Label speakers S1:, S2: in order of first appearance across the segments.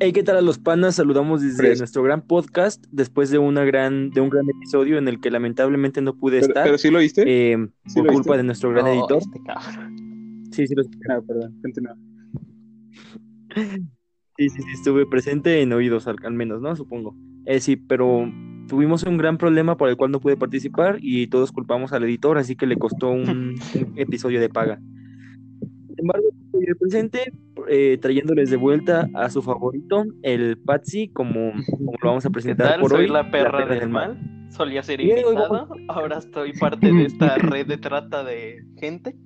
S1: Hey, ¿qué tal a los panas? Saludamos desde
S2: Pres-
S1: nuestro gran podcast, después de una gran, de un gran episodio en el que lamentablemente no pude
S2: Pero,
S1: estar,
S2: pero sí lo oíste.
S1: eh,
S2: ¿Sí
S1: por
S2: lo
S1: culpa
S2: oíste?
S1: de nuestro gran
S3: No,
S1: editor.
S3: este cabrón.
S1: Sí, sí, lo-
S2: Ah, perdón, continúa.
S1: sí, sí, sí, estuve presente en oídos al, al menos, ¿no? Supongo. Eh, sí, pero tuvimos un gran problema por el cual no pude participar y todos culpamos al editor, así que le costó un, un episodio de paga. Sin embargo, estoy presente eh, trayéndoles de vuelta a su favorito, el Patsy, como, como lo vamos a
S3: ¿Qué
S1: presentar
S3: tal?
S1: por
S3: Soy
S1: hoy.
S3: la perra
S1: perra
S3: del mal. Solía ser
S1: Bien, hoy
S3: invitado. Ahora estoy parte de esta red de trata de gente,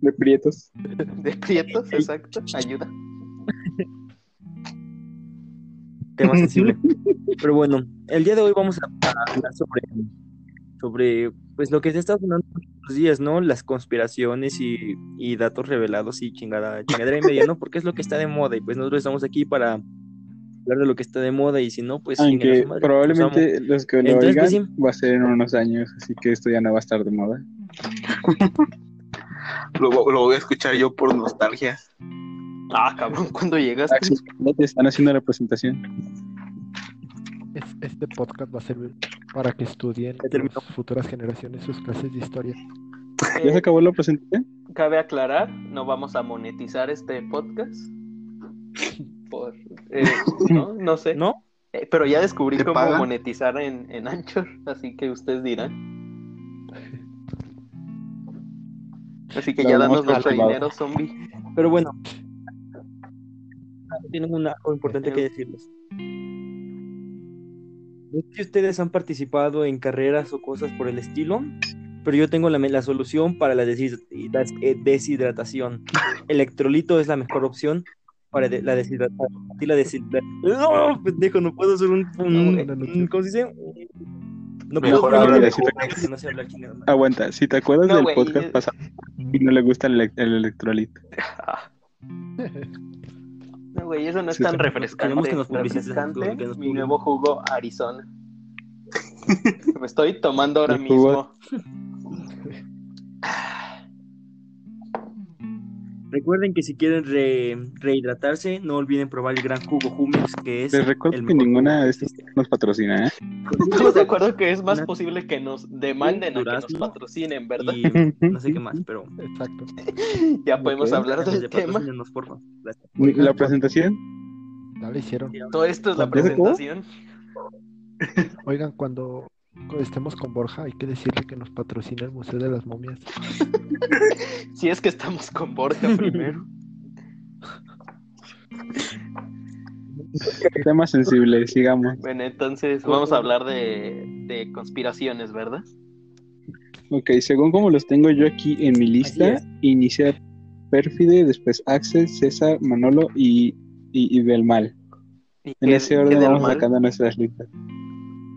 S2: De prietos.
S3: de prietos, exacto. Ayuda.
S1: tema sensible. Pero bueno, el día de hoy vamos a a hablar sobre, sobre pues lo que se está sonando en estos días, ¿no? Las conspiraciones y, y datos revelados y chingada, chingadera y media, ¿no? Porque es lo que está de moda y pues nosotros estamos aquí para hablar de lo que está de moda y si no, pues... chinguen a
S2: Aunque
S1: su madre, los amo.
S2: probablemente los que lo
S1: Entonces, pues,
S2: oigan va a ser en unos años, así que esto ya no va a estar de moda.
S4: Lo, vo- lo voy a escuchar yo por nostalgia.
S3: Ah, cabrón, cuando llegaste.
S2: Axel, ¿no te están haciendo la presentación?
S5: Es- este podcast va a servir para que estudien
S1: Ya terminó.
S5: las futuras generaciones sus clases de historia.
S2: Ah, ¿Ya se
S3: Eh,
S2: acabó la presentación?
S3: cabe aclarar, no vamos a monetizar este podcast. Por, eh, no, no sé.
S1: ¿No?
S3: Eh, pero ya descubrí
S4: ¿Te
S3: cómo
S4: pagan?
S3: monetizar en, en Anchor, así que ustedes dirán. Así que
S2: Lo
S3: ya
S2: hemos
S3: danos nuestro
S2: comprobado.
S3: dinero, zombie.
S1: Pero bueno. Tienen una- Ah, algo importante que decirles. No sé si ustedes han participado en carreras o cosas por el estilo, pero yo tengo la, me- la solución para la deshi- des- eh, deshidratación. Electrolito es la mejor opción para de- la deshidratación. Así la deshidratación. No, pendejo, no puedo hacer un. un-
S5: Buenas noches.
S1: un- ¿Cómo se dice? Un- No puedo
S4: Mejor
S1: no,
S4: habla
S1: no,
S4: de
S1: no,
S2: deshidratación.
S1: no sé hablar chingada madre.
S2: Aguanta, si te acuerdas
S3: No,
S2: del
S3: güey,
S2: podcast
S3: eh.
S2: pasado y no le gusta el, elec- el electrolito.
S3: Ah. No, güey, eso no es
S2: Sí,
S3: tan
S2: sí.
S3: refrescante.
S1: Queremos que nos publicites,
S3: refrescante
S1: que nos
S3: mi
S1: publi-
S3: nuevo jugo Arizona. Me estoy tomando ahora
S2: El jugo-
S3: mismo.
S1: Recuerden que si quieren re- rehidratarse, no olviden probar el gran jugo Jumex, que es
S2: Les recuerdo
S1: el
S2: que
S1: mejor
S2: ninguna
S1: jugo
S2: de
S1: que
S2: estas nos patrocina, ¿eh?
S3: Estamos de acuerdo que es más
S1: Una-
S3: posible que nos demanden a que nos
S1: Durazno
S3: patrocinen, ¿verdad?
S1: existe. Y no sé qué más, pero
S5: Exacto.
S3: Ya podemos
S2: Ok.
S3: hablar del
S1: desde
S3: tema.
S1: patrocínenos, por favor. Gracias.
S2: La presentación,
S5: Ya lo hicieron.
S3: Todo esto es la
S5: ¿Ya se
S2: acabó?
S3: presentación.
S5: Oigan, cuando estemos con Borja hay que decirle que nos patrocina el Museo de las Momias.
S3: Si es que estamos con Borja primero.
S2: tema sensible, sigamos.
S3: Bueno, entonces vamos a hablar de, de conspiraciones, ¿verdad?
S2: Ok, según como los tengo yo aquí en mi
S1: Así
S2: lista,
S1: es.
S2: inicia Perfide, después Axel, César, Manolo y, y, y del mal.
S3: ¿Y
S2: En
S3: qué-
S2: ese
S3: qué
S2: orden
S3: del
S2: vamos
S3: mal?
S2: sacando nuestras listas.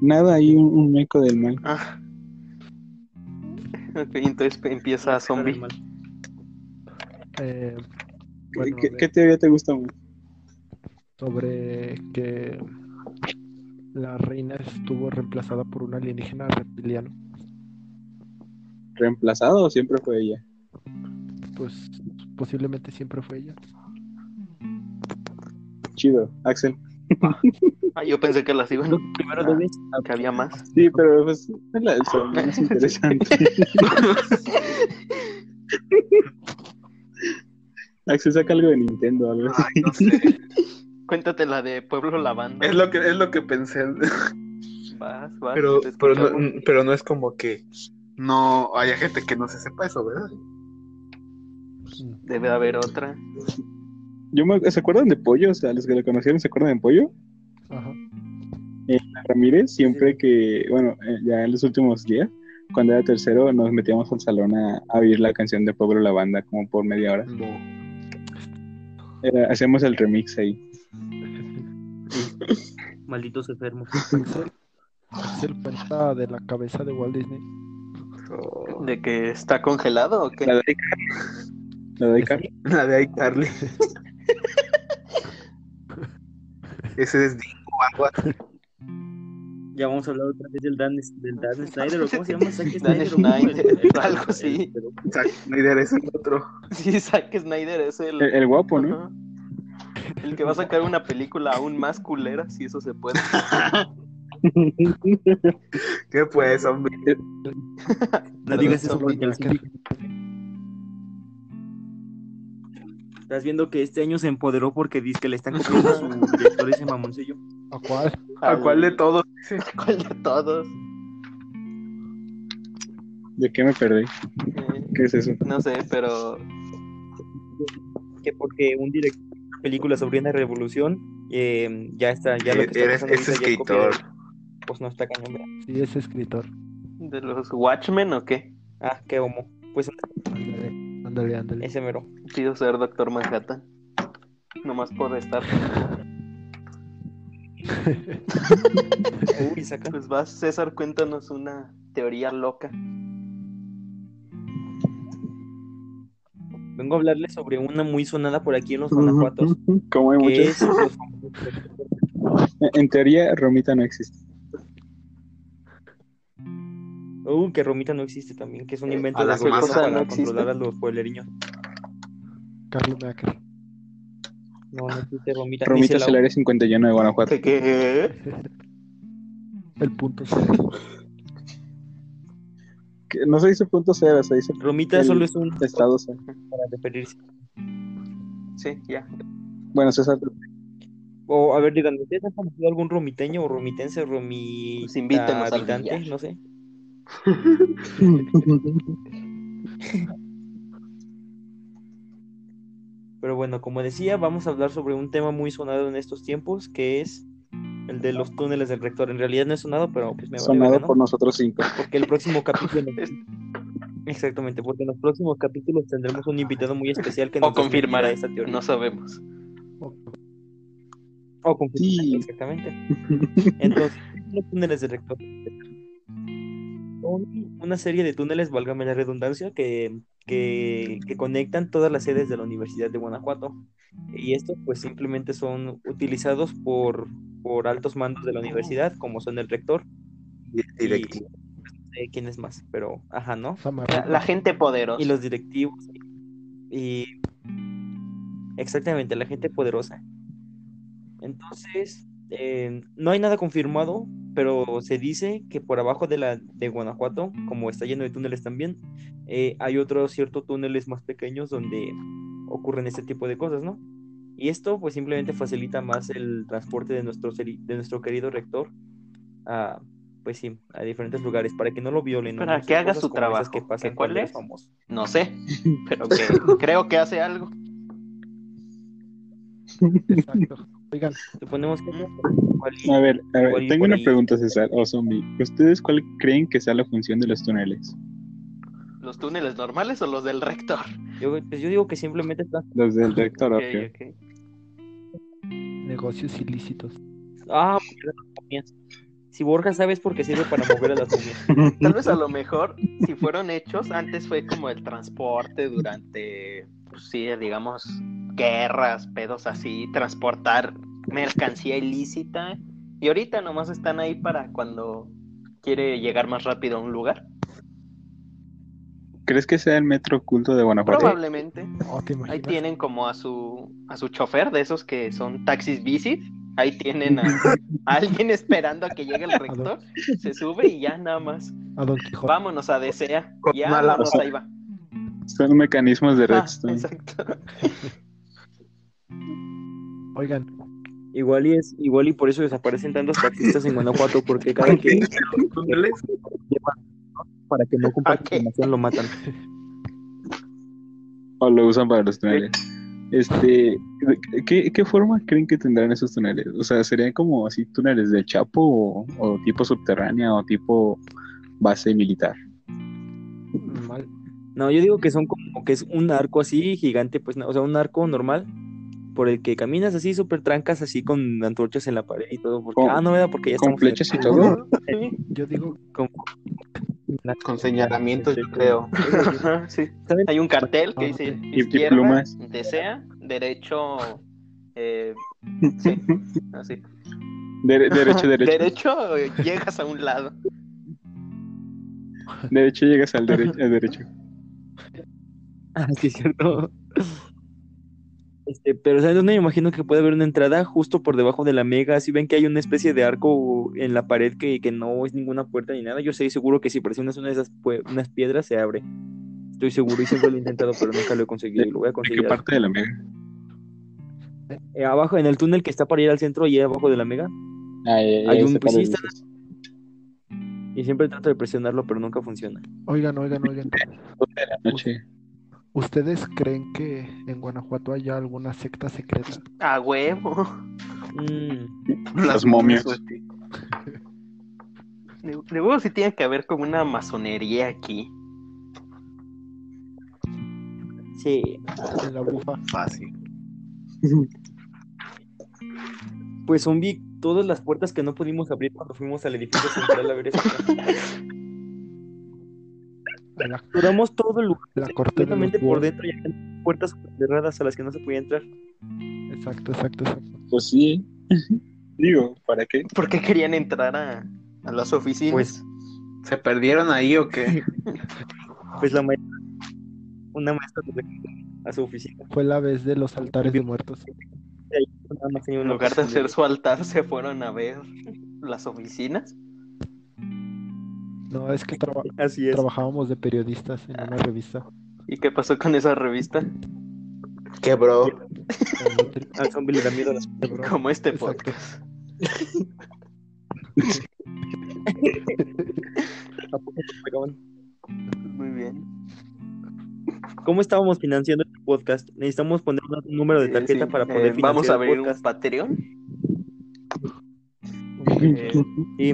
S2: Nada, hay un, un eco del mal.
S3: Ah. Ok, entonces empieza zombie.
S5: Eh, bueno,
S2: ¿Qué,
S5: de-
S2: qué teoría te gusta más?
S5: sobre que la reina estuvo reemplazada por un alienígena reptiliano.
S2: ¿Reemplazado o siempre fue ella?
S5: Pues posiblemente siempre fue ella.
S2: Chido, Axel.
S3: Ah, yo pensé que las iban,
S1: Primero
S3: Ah.
S1: debes
S3: que había más.
S2: Sí, pero pues, es la del sol, es interesante. Axel saca algo de Nintendo, algo así.
S4: Ay, no sé.
S3: Cuéntate la de Pueblo Lavanda.
S4: Es lo que, es lo que pensé.
S3: Vas, vas,
S4: Pero,
S3: te
S4: pero,
S3: escuchamos.
S4: no, pero no es como que no haya gente que no se sepa eso, ¿verdad?
S3: Debe de haber otra.
S2: Yo me- ¿Se acuerdan de Pollo? O sea, los que lo conocieron, ¿se acuerdan de Pollo?
S5: Ajá.
S2: Ramírez, siempre que, bueno, eh, ya en los últimos días, cuando era tercero, nos metíamos al salón a, a oír la canción de Pueblo La Banda, como por media hora.
S4: No.
S2: Era- hacíamos el remix ahí.
S1: malditos enfermos.
S5: Axel, Axel cuenta de la cabeza de Walt Disney.
S3: ¿De que está congelado o qué?
S2: La de Icar. La de Icar.
S4: La de iCarly. Ese es Dingo o algo así.
S1: Ya vamos a hablar otra vez del Dan, del Dan Snyder, ¿o cómo se llama? Zack
S3: Dan Snyder, algo así.
S1: Pero-
S4: Zack Snyder es el otro.
S3: Sí, Zack Snyder es el.
S2: El, el guapo, ¿no?
S3: Ajá. El que va a sacar una película aún más culera, si eso se puede.
S4: ¿Qué pues, hombre?
S1: No digas eso
S5: Solo
S1: porque el
S5: Jacker.
S1: Estás viendo que este año se empoderó porque dice que le están copiando a su director ese mamoncillo.
S5: ¿A cuál?
S4: ¿A cuál de todos?
S3: ¿A cuál de todos?
S2: ¿De qué me perdí?
S3: Eh,
S2: ¿Qué es eso?
S3: no sé, pero
S1: Que porque un director de una película sobre una revolución eh, ya está, ya lo que está
S4: Eres
S1: pasando
S4: es
S1: ahorita ya copia
S4: escritor.
S1: de- Pues no está cañón. ¿verdad?
S5: Sí, es escritor.
S3: ¿de los Watchmen o qué?
S1: Ah, qué homo. Pues
S5: Ándale, ándale, ándale.
S1: ese mero.
S3: Pido ser Doctor Manhattan. Nomás por estar.
S1: Uy, saca.
S3: Pues vas, César, cuéntanos una teoría loca.
S1: Vengo a hablarles sobre una muy sonada por aquí en los Guanajuatos.
S2: Como hay
S1: Que
S2: muchos.
S1: es los-
S2: En teoría, Romita no existe.
S1: Uh, que Romita no existe también, que es un invento
S4: Eh, a
S1: de
S4: las
S1: gobierno
S4: masas.
S1: para
S3: ¿No existe?
S1: controlar a los pueblerinos.
S5: Carlos Macri.
S1: No, no existe Romita.
S2: Romita
S1: Dice
S2: es
S1: la-
S2: el área 51 de Guanajuato.
S3: ¿Qué? qué?
S5: El punto cero.
S2: Que No se dice punto cero, se dice
S1: Romita
S2: el-
S1: solo es un
S2: estado cero.
S1: para referirse.
S3: Sí, ya.
S2: Bueno, César,
S1: O, a ver, díganme, ¿ustedes han conocido algún romiteño o romitense, romi...
S3: Pues invítenos al
S1: habitante?
S3: billar.
S1: No sé. Pero bueno, como decía, vamos a hablar sobre un tema muy sonado en estos tiempos, que es el de los túneles del rector. En realidad no es sonado, pero pues me vale
S2: sonado
S1: verga, ¿no?
S2: por nosotros cinco.
S1: Porque el próximo capítulo...
S3: Es-
S1: Exactamente, porque en los próximos capítulos tendremos un invitado muy especial que
S3: O
S1: nos
S3: confirmará
S1: desmentirá esta teoría.
S3: No sabemos.
S1: O confirmará,
S2: Sí.
S1: exactamente. Entonces, los túneles de rector. Son una serie de túneles, válgame la redundancia, que, que, que conectan todas las sedes de la Universidad de Guanajuato. Y estos pues simplemente son utilizados por, por altos mandos de la universidad, como son el rector,
S4: Directivo.
S1: no sé quién es más, pero ajá, ¿no?
S3: La,
S5: Samarrita.
S3: la gente poderosa.
S1: y los directivos y exactamente la gente poderosa entonces eh, no hay nada confirmado pero se dice que por abajo de la de Guanajuato como está lleno de túneles también eh, hay otros ciertos túneles más pequeños donde ocurren este tipo de cosas no y esto pues simplemente facilita más el transporte de nuestro seri- de nuestro querido rector a pues sí a diferentes lugares para que no lo violen ¿no?
S3: Para
S1: Son
S3: que haga
S1: cosas
S3: su
S1: como esas
S3: trabajo.
S1: que pasan
S3: ¿Que cuál
S1: cuando eres
S3: es?
S1: famoso.
S3: No sé, pero que creo que hace algo.
S5: Exacto. Oigan,
S1: Suponemos que
S2: A ver, a ver,
S1: Igual y
S2: tengo
S1: por
S2: una
S1: ahí-
S2: pregunta, César, o zombie. ¿Ustedes cuál creen que sea la función de los túneles?
S3: ¿Los túneles normales o los del rector?
S1: yo, pues yo digo que simplemente está.
S2: Los del rector,
S3: Ok,
S2: obvio.
S3: ok.
S5: negocios ilícitos.
S1: Ah, mover a las momias. Si Borja sabes porque sirve para mover a las momias.
S3: Tal vez a lo mejor, si fueron hechos, antes fue como el transporte durante, pues sí, digamos, guerras, pedos así, transportar mercancía ilícita. Y ahorita nomás están ahí para cuando quiere llegar más rápido a un lugar.
S2: ¿Crees que sea el metro oculto de Guanajuato?
S3: Probablemente.
S5: No, Oh, te
S3: Ahí
S5: imaginas.
S3: tienen como a su, a su chofer de esos que son taxis bici. Ahí tienen a, a alguien esperando a que llegue el rector. Se sube y ya nada más.
S5: A Don Quijote.
S3: Vámonos a desea.
S4: Con
S3: Ya
S4: una lama.
S3: vamos, ahí va.
S2: Son mecanismos de
S3: Ah,
S2: redstone.
S3: exacto.
S5: Oigan,
S1: Igual y es, igual y por eso desaparecen tantos taxistas en Guanajuato, porque cada que
S4: túneles?
S1: para que no compartan
S3: Ok.
S1: información lo matan.
S2: o lo usan para los túneles. Este, ¿qué, qué forma creen que tendrán esos túneles? O sea, ¿serían como así túneles del Chapo o, o tipo subterránea o tipo base militar?
S5: mal.
S1: No, yo digo que son como que es un arco así gigante, pues, no, o sea, un arco normal por el que caminas así súper trancas así con antorchas en la pared y todo. Porque,
S2: Con-
S1: ah, no, ¿verdad? Porque ya
S2: Oh, ¿Con
S1: estamos en el- Ah,
S2: flechas y todo?
S5: Yo digo,
S1: con-
S4: Con señalamientos, yo creo.
S3: Ajá, sí.
S1: ¿saben?
S3: Hay un cartel que dice
S2: y
S3: izquierda,
S2: plumas.
S3: desea, derecho, eh, sí, así.
S2: Dere- derecho, derecho.
S3: Derecho, eh, llegas a un lado.
S2: Derecho llegas al derecho. al derecho.
S1: Ah, sí, es cierto. Este, pero ¿sabes dónde me imagino que puede haber una entrada? Justo por debajo de la mega. Si ven que hay una especie de arco en la pared que, que no es ninguna puerta ni nada, yo estoy seguro que si presionas una de esas pue- unas piedras se abre. Estoy seguro y siempre lo he intentado, pero nunca lo he conseguido. y Lo voy a
S2: ¿De qué
S1: conseguir.
S2: parte de la mega?
S1: Eh, abajo, en el túnel que está para ir al centro, y abajo de la mega.
S2: Ah, eh,
S1: Hay un- pues sí, está- Y siempre trato de presionarlo, pero nunca funciona.
S5: Oigan, oigan, oigan.
S2: Noche.
S5: ¿Ustedes creen que en Guanajuato haya alguna secta secreta?
S3: A huevo.
S1: Mm,
S2: Las momias.
S3: güey. De, de huevo sí tiene que haber como una masonería aquí.
S1: sí.
S5: En la bufa.
S4: Fácil.
S1: Pues zombie, todas las puertas que no pudimos abrir cuando fuimos al edificio central a ver eso.
S5: a La,
S1: Duramos todo el lugar
S5: la corté de los
S1: completamente por
S5: bordes.
S1: dentro y había puertas cerradas a las que no se podía entrar.
S5: Exacto, exacto, exacto.
S2: Pues sí. Digo, ¿para qué?
S3: ¿Por qué querían entrar a, a las oficinas?
S1: Pues-
S4: ¿Se perdieron ahí o qué? Ah.
S1: Pues la maestra, una maestra nos dejó a su oficina.
S5: Fue la vez de los altares de muertos.
S1: Nada más tenía
S3: en
S1: una
S3: lugar de
S1: oficina.
S3: hacer su altar, se fueron a ver las oficinas.
S5: No, es que traba-
S1: Así es.
S5: trabajábamos de periodistas en una revista.
S3: ¿Y qué pasó con esa revista?
S4: Quebró.
S5: En otro-
S1: Al zombie le da miedo a las
S3: Como este
S5: Exacto.
S3: podcast.
S1: puertas que pegaban.
S3: Muy bien.
S1: ¿Cómo estábamos financiando este podcast? Necesitamos poner un número de
S3: Eh,
S1: tarjeta
S3: sí,
S1: para
S3: eh,
S1: poder financiar
S3: Vamos a
S1: el
S3: abrir un
S1: podcast.
S3: Patreon. eh,
S1: Y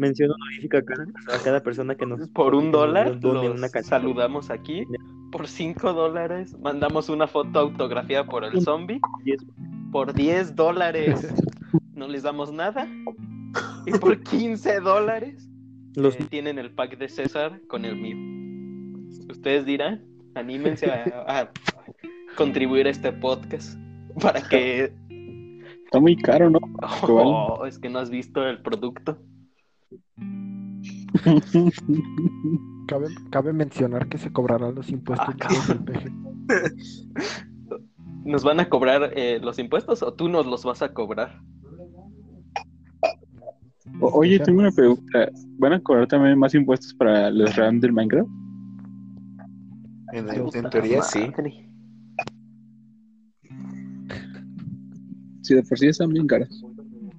S1: mención honorífica a cada, a cada persona que nos...
S3: Por un
S1: que nos
S3: dólar
S1: done
S3: los
S1: una canción.
S3: saludamos aquí. Por cinco dólares mandamos una foto autografiada por el zombie.
S1: Diez.
S3: Por 10 dólares no les damos nada. Y por 15 dólares
S1: Los
S3: eh, tienen el pack de César con el mío. Ustedes dirán, anímense a, a contribuir a este podcast para que...
S2: Está muy caro, ¿no?
S3: Oh, es que no has visto el producto.
S2: Oh.
S5: Cabe, cabe mencionar que se cobrarán los impuestos
S3: Ah,
S5: todos del PG.
S3: ¿Nos van a cobrar eh, los impuestos o tú nos los vas a cobrar?
S2: O- Oye, tengo una pregunta. ¿Van a cobrar también más impuestos para los RAM del Minecraft?
S4: En,
S3: Puta
S4: pues, en teoría sí.
S3: madre.
S2: Si de por sí están bien caros.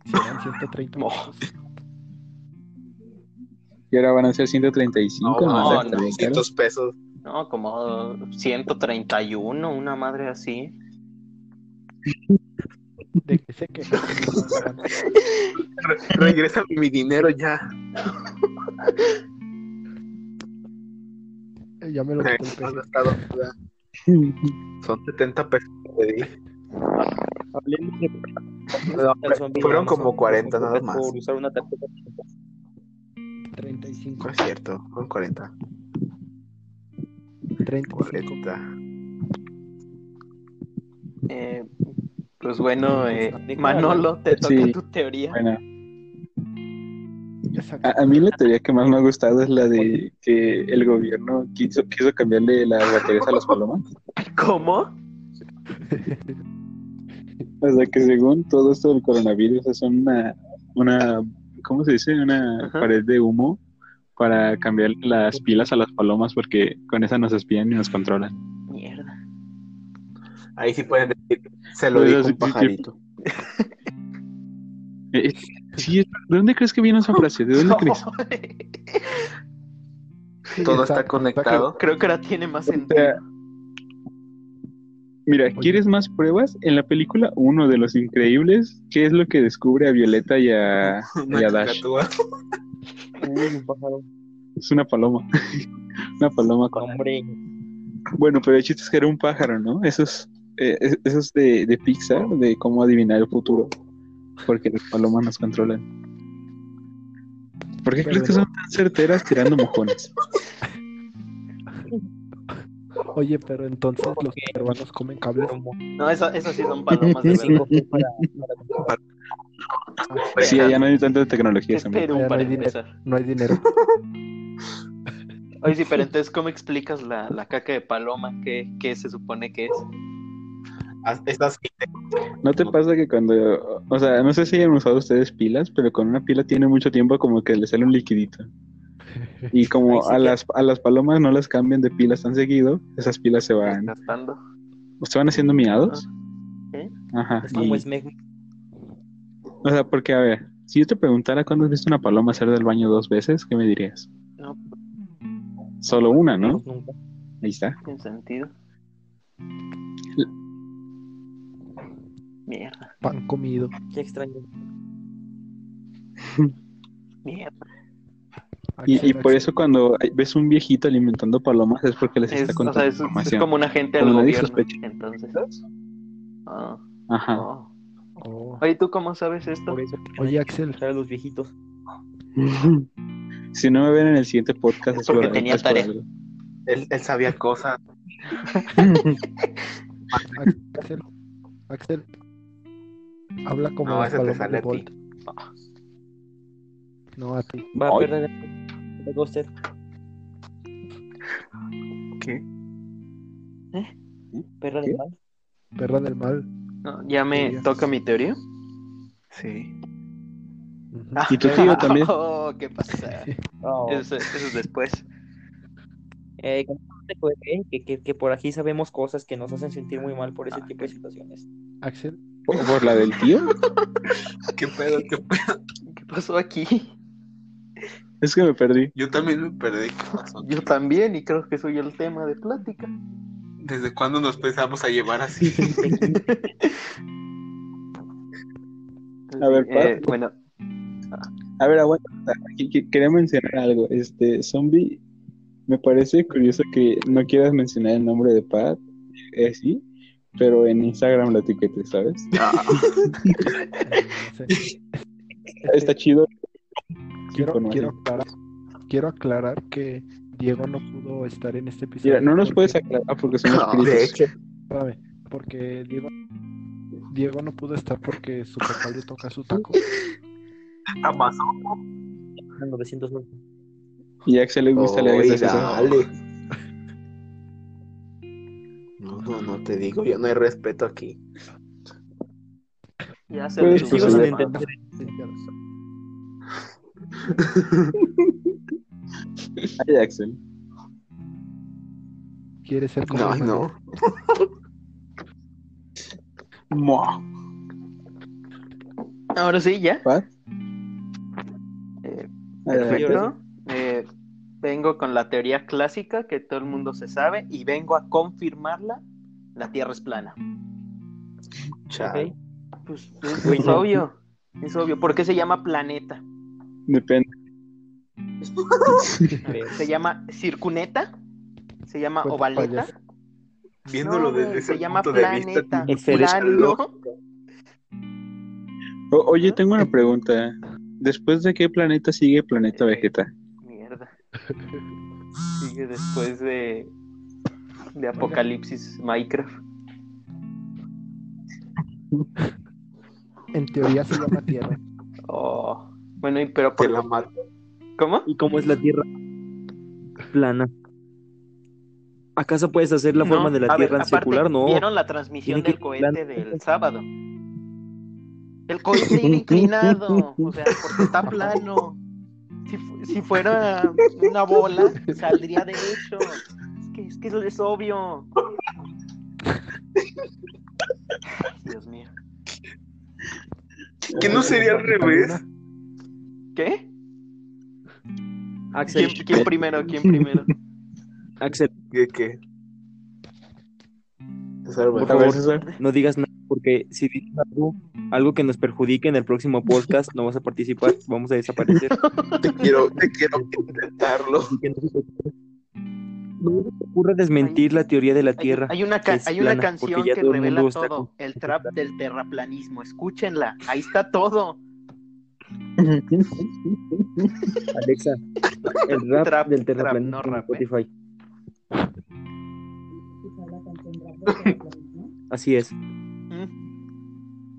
S5: Serán 130
S3: No.
S5: pesos.
S2: Y ahora van a ser 135.
S4: No,
S2: más
S3: no,
S2: de- bien caros.
S4: 300 pesos.
S3: No, como 131, una madre así.
S5: ¿De qué se quejan?
S4: Re- regresa mi dinero ya.
S5: Eh, Ya me lo quitó el PG.
S4: Son 70 pesos. que di.
S1: hablemos de
S4: No,
S1: al zombie,
S4: fueron
S1: nada más
S4: como 40 nada más.
S1: Por usar una tarjeta.
S5: 35.
S4: No es cierto, fueron 40.
S5: 35.
S4: 40.
S3: Eh, pues bueno, eh,
S1: Déjala.
S3: Manolo, te toca
S2: Sí.
S3: tu teoría.
S2: Bueno,
S5: Exacto.
S2: a, a mí la teoría que más me ha gustado es la de que el gobierno quiso, quiso cambiarle las baterías a las palomas.
S3: ¿Cómo?
S2: O sea, que según todo esto del coronavirus es una, una ¿cómo se dice? Una
S3: Ajá.
S2: pared de humo para cambiar las pilas a las palomas porque con esa nos espían y nos controlan.
S3: Mierda.
S4: Ahí sí pueden decir, se lo
S2: Pues
S4: dijo
S2: así,
S4: un pajarito.
S2: Eh, eh, sí, es- ¿de dónde crees que viene esa frase? ¿De dónde crees?
S4: Todo
S5: Está-
S4: está conectado.
S3: Creo que ahora tiene más
S2: O
S3: sentido.
S2: sea, Este, mira, ¿quieres más pruebas? En la película Uno de los Increíbles, ¿qué es lo que descubre a Violeta y a, y a Dash?
S4: Una
S1: Uy, un pájaro.
S2: Es una paloma. una paloma con
S1: Hombre,
S2: Bueno, pero el chiste es que era un pájaro, ¿no? Eso es, eh, es- eso es de, de Pixar, de cómo adivinar el futuro. Porque las palomas nos controlan. ¿Por qué crees que son tan certeras tirando mojones?
S5: Oye, pero entonces los
S1: Ok.
S5: peruanos comen cables.
S1: como
S3: No, eso- esas sí son palomas de verdad.
S1: cinco para, para
S2: Sí, allá no hay tanta tecnología.
S3: Es
S2: Samir.
S3: Perú
S5: Ya no
S3: para
S5: hay dinero.
S3: empezar.
S5: No hay dinero.
S3: Oye, sí, pero entonces, ¿cómo explicas la, la caca de paloma? ¿Qué, qué se supone que es?
S4: Haz- Ah, Estás
S2: ¿No te pasa que cuando, o sea, no sé si han usado ustedes pilas, pero con una pila tiene mucho tiempo como que le sale un liquidito. Y
S3: Ay,
S2: como
S3: sí,
S2: a
S3: claro.
S2: las, a las palomas no las cambian de pilas tan seguido, esas pilas se van,
S3: gastando.
S2: se van haciendo miados.
S3: ¿Eh?
S2: Ajá.
S1: Es
S2: y-
S1: como es Meg-
S2: o sea, porque a ver, si yo te preguntara cuándo has visto una paloma hacer del baño dos veces, ¿qué me dirías?
S3: No.
S2: Solo una, ¿no?
S1: nunca.
S2: Ahí está.
S3: Sin sentido. Mierda,
S5: Pan comido.
S1: Qué extraño.
S3: mierda.
S2: Y,
S5: Axel,
S2: y por
S5: Axel.
S2: eso cuando ves un viejito alimentando palomas es porque les
S3: Es,
S2: Pues está
S3: o
S2: contando
S3: sea, es, es
S2: información.
S3: como un agente del
S2: Como nadie
S3: gobierno.
S2: sospecha.
S3: Entonces. Ah,
S2: Ajá.
S3: oh.
S5: Oh.
S3: Oye, ¿tú cómo sabes esto?
S1: Por eso que
S5: Oye,
S1: nadie
S5: Axel,
S1: sabe los viejitos.
S2: Si no me ven en el siguiente podcast,
S3: Es porque
S2: por-
S3: tenía
S2: por
S3: tarea.
S2: algo.
S4: Él, él sabía cosas.
S5: Axel, Axel. Habla como
S4: No,
S5: las
S4: ese te
S5: palomas
S4: sale
S5: de
S4: a ti.
S5: Bolt. No, a ti.
S1: Va a
S2: Ay.
S1: perder. Luego usted.
S4: ¿Qué?
S1: Perra de
S2: ¿Qué?
S1: mal.
S5: Perra del mal.
S3: No, ¿Ya me
S5: Teoría.
S3: toca mi teoría?
S4: Sí.
S5: Ujú.
S3: Ah,
S2: Y tu tío también.
S3: Oh, ¿Qué pasa?
S2: eh,
S3: Eso, eso es después.
S1: Oh, Eh, como te fue, eh, que, que, que por aquí sabemos cosas que nos hacen sentir muy mal por ese tipo de situaciones.
S5: Axel,
S2: ¿Por, por la del tío?
S4: ¿Qué pedo? ¿Qué pedo?
S3: ¿Qué pasó aquí?
S2: Es que me perdí.
S4: Yo también me perdí. ¿Qué pasó?
S3: Yo también, y creo que soy el tema de plática.
S4: ¿Desde cuándo nos empezamos a llevar así?
S2: A ver,
S3: Eh,
S2: pa-
S3: bueno,
S2: A ver, aguanta. Qu- qu- Quería mencionar algo. Este, Zombie, me parece curioso que no quieras mencionar el nombre de Pat. Eh, sí, pero en Instagram lo etiquetes, ¿sabes?
S4: Ah,
S5: eh, no sé.
S2: Está chido.
S5: quiero,
S2: información.
S5: quiero aclarar, quiero aclarar que Diego no pudo estar en este episodio.
S2: Mira, no nos
S5: porque-
S2: puedes aclarar porque son
S4: de
S2: espíritus.
S4: hecho,
S5: espérame, porque Diego, Diego no pudo estar porque su papá le toca su taco.
S4: Amazon.
S1: 909.
S2: Y a Axel le gusta la
S4: Oy,
S2: eso.
S4: dale. No, no, no te digo, yo no hay respeto aquí.
S3: ya se
S2: Pues, pues,
S3: me subió
S2: sí.
S3: la
S1: sin
S3: mano.
S1: entender.
S2: Ay, Axel.
S5: Quiere ser como
S4: No,
S5: una-
S4: no. Mua.
S3: Ahora sí, ya.
S2: Pat.
S3: Eh,
S2: Adelante.
S3: Perfecto. Eh, vengo con la teoría clásica que todo el mundo se sabe y vengo a confirmarla. La Tierra es plana.
S4: Chale.
S1: Ok.
S3: Pues es, es obvio. Es obvio. ¿Por qué se llama planeta?
S2: Depende.
S3: Se llama circuneta. Se llama
S2: Pues,
S5: Cuenta
S3: ovaleta. No,
S4: Viéndolo desde
S3: güey,
S4: ese
S3: se llama
S4: punto de vista,
S3: planeta.
S4: tiene
S1: Excelente.
S4: mucha
S3: Plano.
S4: lógica.
S2: O- oye, tengo una pregunta. ¿Después de qué planeta sigue Planeta Vegeta?
S3: Mierda. Sigue después de, de Apocalipsis Minecraft.
S5: En teoría se llama Tierra.
S3: Oh. Bueno, y pero
S4: Te
S3: por
S4: la mato.
S3: ¿Cómo?
S1: ¿Y cómo es la Tierra? Plana. ¿Acaso puedes hacer la
S3: No,
S1: forma de la
S3: a ver,
S1: Tierra en
S3: aparte,
S1: circular? No.
S3: Vieron la transmisión
S1: Tiene que
S3: del cohete
S1: plan-
S3: del sábado. El cohete iba inclinado, o sea, porque está plano. Si, fu- si fuera una bola, saldría derecho. Es que, es que eso es obvio. Dios mío.
S4: Que no sería al revés.
S3: ¿Qué? ¿Quién,
S1: Axel,
S3: quién primero? ¿Quién primero?
S1: Axel,
S4: ¿Qué, qué? César,
S1: Por
S4: bueno.
S2: A
S1: favor.
S2: ver, César.
S1: no digas nada porque si dices algo, algo que nos perjudique en el próximo podcast, no vas a participar, vamos a desaparecer.
S4: te quiero, te quiero intentarlo.
S1: Así que no se te ocurra- no se te ocurra desmentir la teoría de la
S3: Hay,
S1: Tierra.
S3: hay una,
S1: que
S3: ca-
S1: es
S3: hay una
S1: plana,
S3: canción
S1: porque ya
S3: que
S1: todo el
S3: revela
S1: mundo está
S3: todo.
S1: con-
S3: El trap del terraplanismo. Escúchenla. Ahí está todo.
S1: Alexa, el rap
S3: Trap,
S1: del
S3: trap,
S1: terraplanismo
S3: no
S1: en
S3: rap, ¿eh?
S1: Spotify. Así es.
S3: Mm,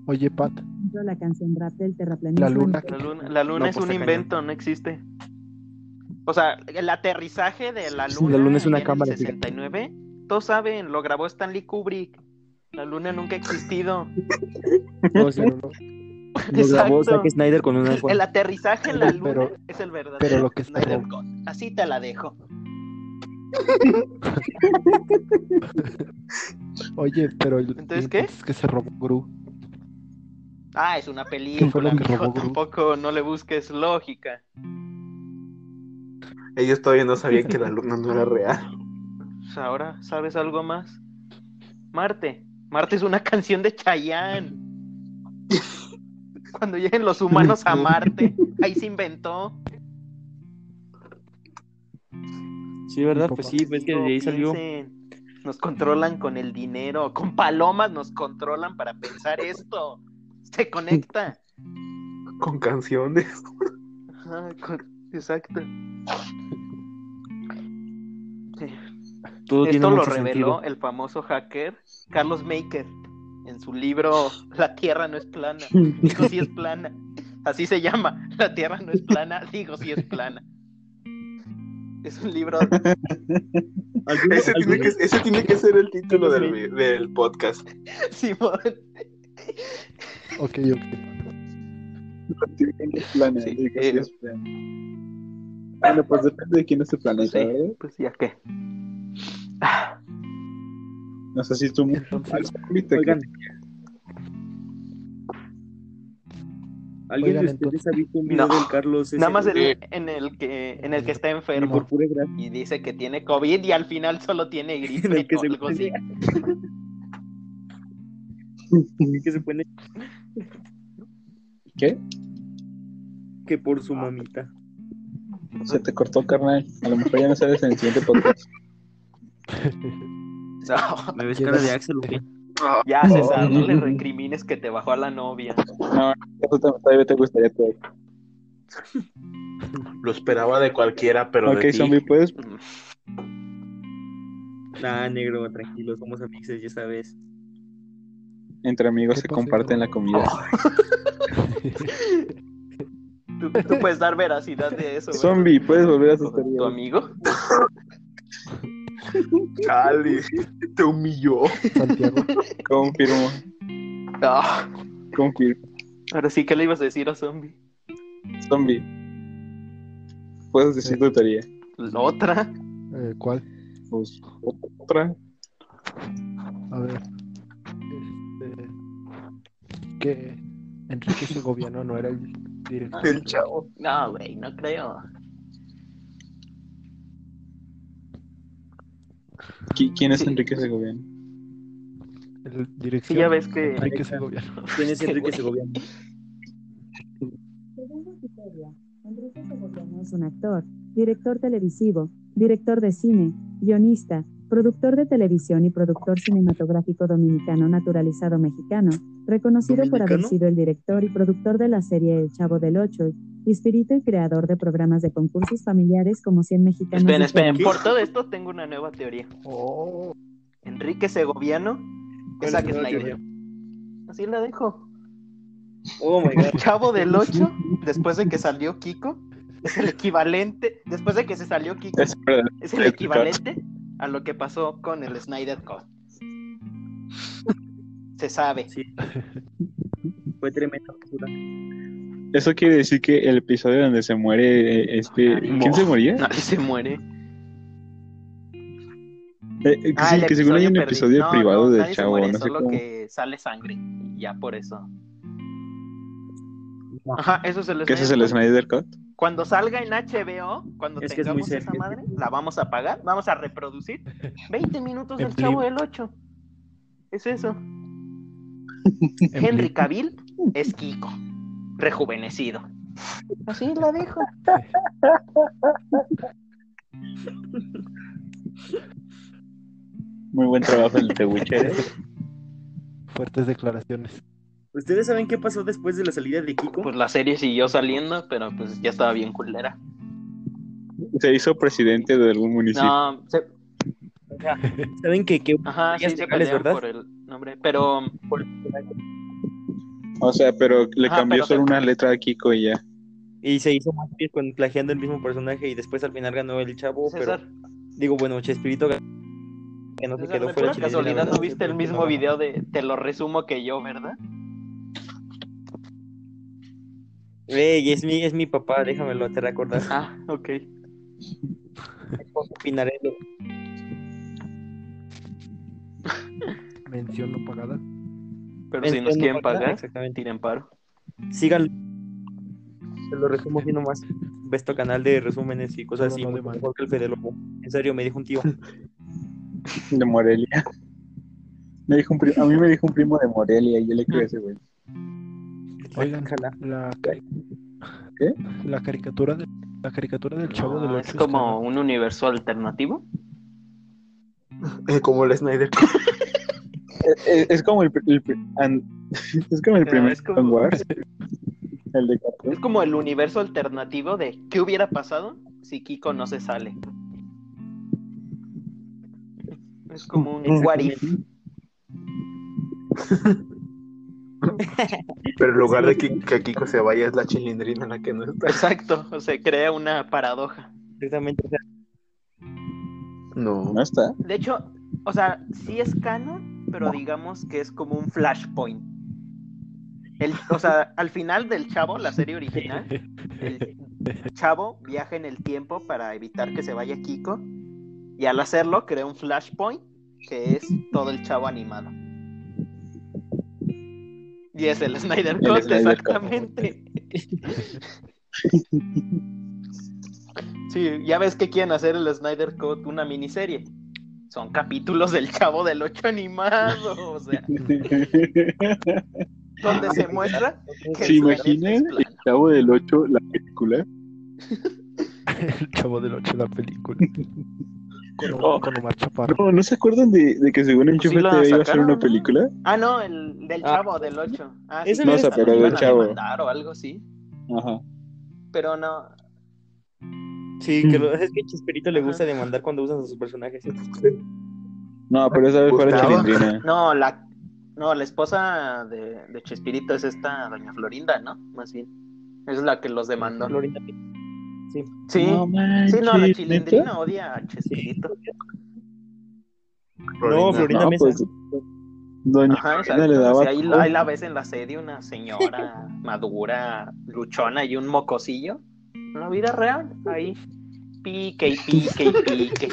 S5: Oye, Pat,
S6: La canción rap del terraplanismo.
S5: la luna.
S3: La luna, la luna
S1: No,
S3: es
S1: pues,
S3: un
S1: está cañón.
S3: invento, no existe. O sea, el aterrizaje de la
S1: Sí,
S3: luna,
S1: la luna es una
S3: allá en el
S1: cámara, fíjate.
S3: 69, todos saben, lo grabó Stanley Kubrick. La luna nunca ha existido.
S1: No, se lo- lo grabó
S3: Exacto.
S1: Zack Snyder con una
S3: El aterrizaje en la luna
S5: Pero-
S3: es el verdadero.
S5: pero lo que
S3: Snyder
S5: esperó.
S3: Cut. Así te la dejo.
S5: Oye, pero el
S3: ¿Entonces
S5: el
S3: qué?
S5: punto es que se robó Gru.
S3: Ah, es una
S5: ¿Qué fue lo
S3: película,
S5: que
S3: mijo,
S5: robó Groot?
S3: Tampoco no le busques lógica.
S4: Ellos todavía no sabían que la luna no era real.
S3: Pues ahora, ¿sabes algo más? Marte. Marte es una canción de Chayanne. Cuando lleguen los humanos a Marte, ahí se inventó.
S1: Sí, ¿verdad?
S5: Mi
S1: Pues
S5: papá.
S1: sí, pues que de ahí
S3: Digo,
S1: salió.
S3: piensen. Nos controlan con el dinero, con palomas nos controlan para pensar esto. Se conecta.
S4: Con canciones.
S3: Ajá, Ah, con- Exacto. Sí.
S1: Todo tiene
S3: Esto lo
S1: mucho
S3: reveló
S1: sentido.
S3: el famoso hacker Carlos Maker en su libro La Tierra no es plana. Digo si es plana. Así se llama. La Tierra no es plana. Digo si es plana. Es un libro.
S1: Alguno-
S4: Ese tiene,
S1: alguno-
S4: que, ese tiene que ser el título del, vi- del podcast.
S3: Simón.
S5: Ok, ok.
S2: Planeta,
S3: Sí,
S2: digo,
S3: eh.
S2: sí es planeta. Bueno, pues depende de quién es el planeta, ¿eh?
S3: Sí.
S2: ¿verdad?
S3: Pues ya qué.
S2: No sé si tú
S5: Entonces,
S1: Oigan. ¿Alguien
S5: Oigan,
S1: de ustedes
S5: entonces-
S1: ha visto un video
S3: No.
S1: del Carlos? ese?
S3: Nada más el-
S4: Sí.
S3: en el que en el que está
S1: Y por
S3: enfermo
S1: pura gracia.
S3: y dice que tiene COVID y al final solo tiene
S1: En
S3: gripe
S1: el que
S3: o
S1: se
S3: algo así.
S1: que se pone
S2: ¿Qué?
S1: que por su mamita.
S2: Se te cortó, carnal. A lo mejor ya no sabes en el siguiente podcast.
S3: No,
S1: ¿Me ves
S5: Llevas-
S1: cara de Axel o qué?
S4: Ah,
S3: ya César, no le recrimines que te bajó a la novia.
S2: No, eso tam- todavía te gustaría todo.
S4: lo esperaba de cualquiera, pero
S2: Ok,
S4: de ti.
S2: zombie, pues, ¿puedes?
S1: Nah, negro, tranquilo, somos amigos, ya sabes.
S2: Entre amigos
S5: ¿Qué
S2: se
S5: pasó,
S2: comparten la comida.
S3: Tú, tú puedes dar veracidad de eso. güey.
S2: Zombie, ¿puedes volver a
S3: ¿Tu
S2: tu
S3: tu amigo?
S4: Chale, te humilló.
S5: Santiago,
S2: Confirmo,
S3: Ah,
S2: confirmo.
S3: ahora sí, ¿qué le ibas a decir a Zombie?
S2: Zombie, ¿puedes decir tu teoría?
S3: ¿La otra?
S5: eh, ¿cuál?
S2: Pues, otra.
S5: A ver. Este, que Enrique Segoviano no era el director.
S4: El chavo.
S3: No, güey, no creo.
S2: ¿Qui- ¿Quién es
S3: Sí.
S2: Enrique Segoviano?
S5: El
S3: Sí,
S5: dirección.
S3: ya ves que...
S5: Enrique Segoviano.
S1: ¿Quién es
S3: Este
S1: Enrique
S3: güey.
S1: Segovia?
S6: Según Wikipedia, Enrique Segoviano es un actor, director televisivo, director de cine, guionista, productor de televisión y productor cinematográfico dominicano naturalizado mexicano, reconocido por haber
S1: ¿Dominicano?
S6: sido el director y productor de la serie El Chavo del Ocho, y espíritu y creador de programas de concursos familiares como 100 mexicanos.
S3: Esperen, esperen,
S6: Diferentes.
S3: por todo esto tengo una nueva teoría.
S5: Oh,
S3: Enrique Segoviano es Zack
S1: es la nueva
S3: Snyder. Así la dejo.
S1: Oh my god.
S3: El chavo del 8, después de que salió Kiko, es el equivalente, después de que se salió Kiko,
S2: Es verdad.
S3: es el equivalente a lo que pasó con el Snyder Cut. Se sabe.
S1: Fue tremenda basura.
S2: Eso quiere decir que el episodio donde se muere eh,
S3: Ah,
S2: este. ¿Quién se moría?
S3: Nadie se muere.
S2: Eh, eh,
S3: Ah,
S2: sí,
S3: el
S2: que según hay un
S3: perdido.
S2: episodio
S3: No,
S2: privado
S3: no,
S2: del
S3: nadie se
S2: chavo,
S3: muere,
S2: no sé
S3: solo
S2: cómo.
S3: que sale sangre y ya por eso.
S1: Ah.
S3: Ajá, eso se les
S2: ¿Qué es el Snyder Cut?
S3: Cuando salga en HBO, cuando
S1: Es que es muy
S3: tengamos esa
S1: serio.
S3: madre, la vamos a pagar, vamos a reproducir 20 minutos
S5: En
S3: del Chavo del 8. Es eso.
S5: en
S3: Henry
S5: Blip.
S3: Cavill es Kiko, rejuvenecido. Así la dejo.
S2: Muy buen trabajo el de The Witcher. ¿eh?
S5: Fuertes declaraciones.
S1: ¿Ustedes saben qué pasó después de la salida de Kiko?
S3: Pues la serie siguió saliendo, pero pues ya estaba bien culera.
S2: Se hizo presidente de algún municipio.
S3: No, se-
S1: ¿Saben que qué?
S3: ajá, sí
S1: Ellas
S3: se
S1: legales,
S3: pelearon
S1: ¿verdad?
S3: por el nombre, pero
S2: O sea, pero le
S3: Ajá,
S2: cambió
S3: pero
S2: solo
S3: se-
S2: una letra a Kiko y ya.
S1: Y se hizo más bien con plagiando el mismo personaje y después al final ganó el chavo,
S3: César,
S1: pero digo, bueno, Chespirito ganó. que no se
S3: César,
S1: quedó fuera
S3: de pura
S1: Chile.
S3: casualidad
S1: Navidad.
S3: no viste el mismo video de Te lo resumo que yo, ¿verdad?
S1: Güey, es mi, es mi papá, déjamelo, te recordas.
S3: Ah, ok.
S1: Pinarello.
S5: Mención no pagada.
S3: Pero si nos
S1: Entiendo,
S3: quieren pagar,
S1: Exactamente.
S3: tiren paro.
S1: Síganlo. Se lo resumo así nomás. Ves tu canal de resúmenes y cosas
S5: Todo
S1: así.
S5: lo
S1: mucho
S5: demás.
S1: mejor que el Fede Lobo. En serio, me dijo un tío.
S2: de Morelia. Me dijo un pri- a mí me dijo un primo de Morelia y yo le creo a ese güey.
S5: Oigan,
S1: Ojalá.
S5: la, cari-
S2: ¿Qué?
S5: la caricatura de- la caricatura del chavo del
S3: Ah,
S5: 8
S3: es como un universo alternativo.
S4: Eh, como el Snyder. Cut.
S2: Es, es como el, pri- el pri- an- es como el
S3: Ah,
S2: primer
S3: es como-
S2: Clone Wars, el de
S3: Es
S2: cartón.
S3: como el universo alternativo de ¿qué hubiera pasado si Kiko no se sale? Es como un what if.
S4: Pero en lugar de que, que Kiko se vaya, es la chilindrina la que no está.
S3: Exacto, o sea, crea una paradoja.
S1: Exactamente. o sea,
S4: No.
S2: No está.
S3: De hecho, o sea, sí es canon, pero digamos que es como un flashpoint. El, o sea, al final del Chavo, la serie original,
S5: ¿eh?
S3: el Este Chavo viaja en el tiempo para evitar que se vaya Kiko y al hacerlo crea un flashpoint que es todo el Chavo animado. Y es el Snyder
S2: El
S3: Cut,
S2: Snyder Cut.
S3: exactamente. Sí, ya ves que quieren hacer el Snyder Cut una miniserie. Son capítulos del Chavo del Ocho animado, o sea, donde se muestra que
S2: ¿Se
S3: el planeta
S2: imaginan
S3: es
S2: el
S3: plano.
S2: Chavo del 8, la película?
S5: el chavo del 8 la película. Con,
S2: Oh.
S5: con Omar Chaparro.
S2: No, ¿no se acuerdan de, de que según en
S3: Pues sí la
S2: Chufete iba a hacer
S3: sacaron,
S2: una
S3: ¿no?
S2: película?
S3: Ah, no, el del
S1: Ah.
S3: Chavo del Ocho. Ah,
S1: Ese
S2: no es
S3: que
S2: apelado
S3: lo
S2: del
S3: iban a
S2: Chavo.
S3: demandar o algo así,
S2: Ajá.
S3: pero no.
S1: Sí, que lo- es que Chespirito le
S3: Ajá.
S1: gusta demandar cuando usan a sus personajes.
S2: No, pero esa vez fue la
S4: Gustavo.
S2: chilindrina.
S3: No, la no, la esposa de, de Chespirito es esta doña Florinda, ¿no? Más bien. Es la que los demandó.
S1: Florinda.
S3: Sí.
S2: No manches,
S3: sí, no, la
S2: ¿neta?
S3: chilindrina odia a Chespirito.
S1: No, Florinda
S2: No,
S1: Mesa.
S2: pues. Doña
S3: Ajá,
S2: Florinda
S3: exacto.
S2: le
S3: O
S2: daba.
S3: sea, ahí, la- ahí la ves en la serie una señora madura, luchona y un mocosillo. En la vida real, ahí pique y pique y pique.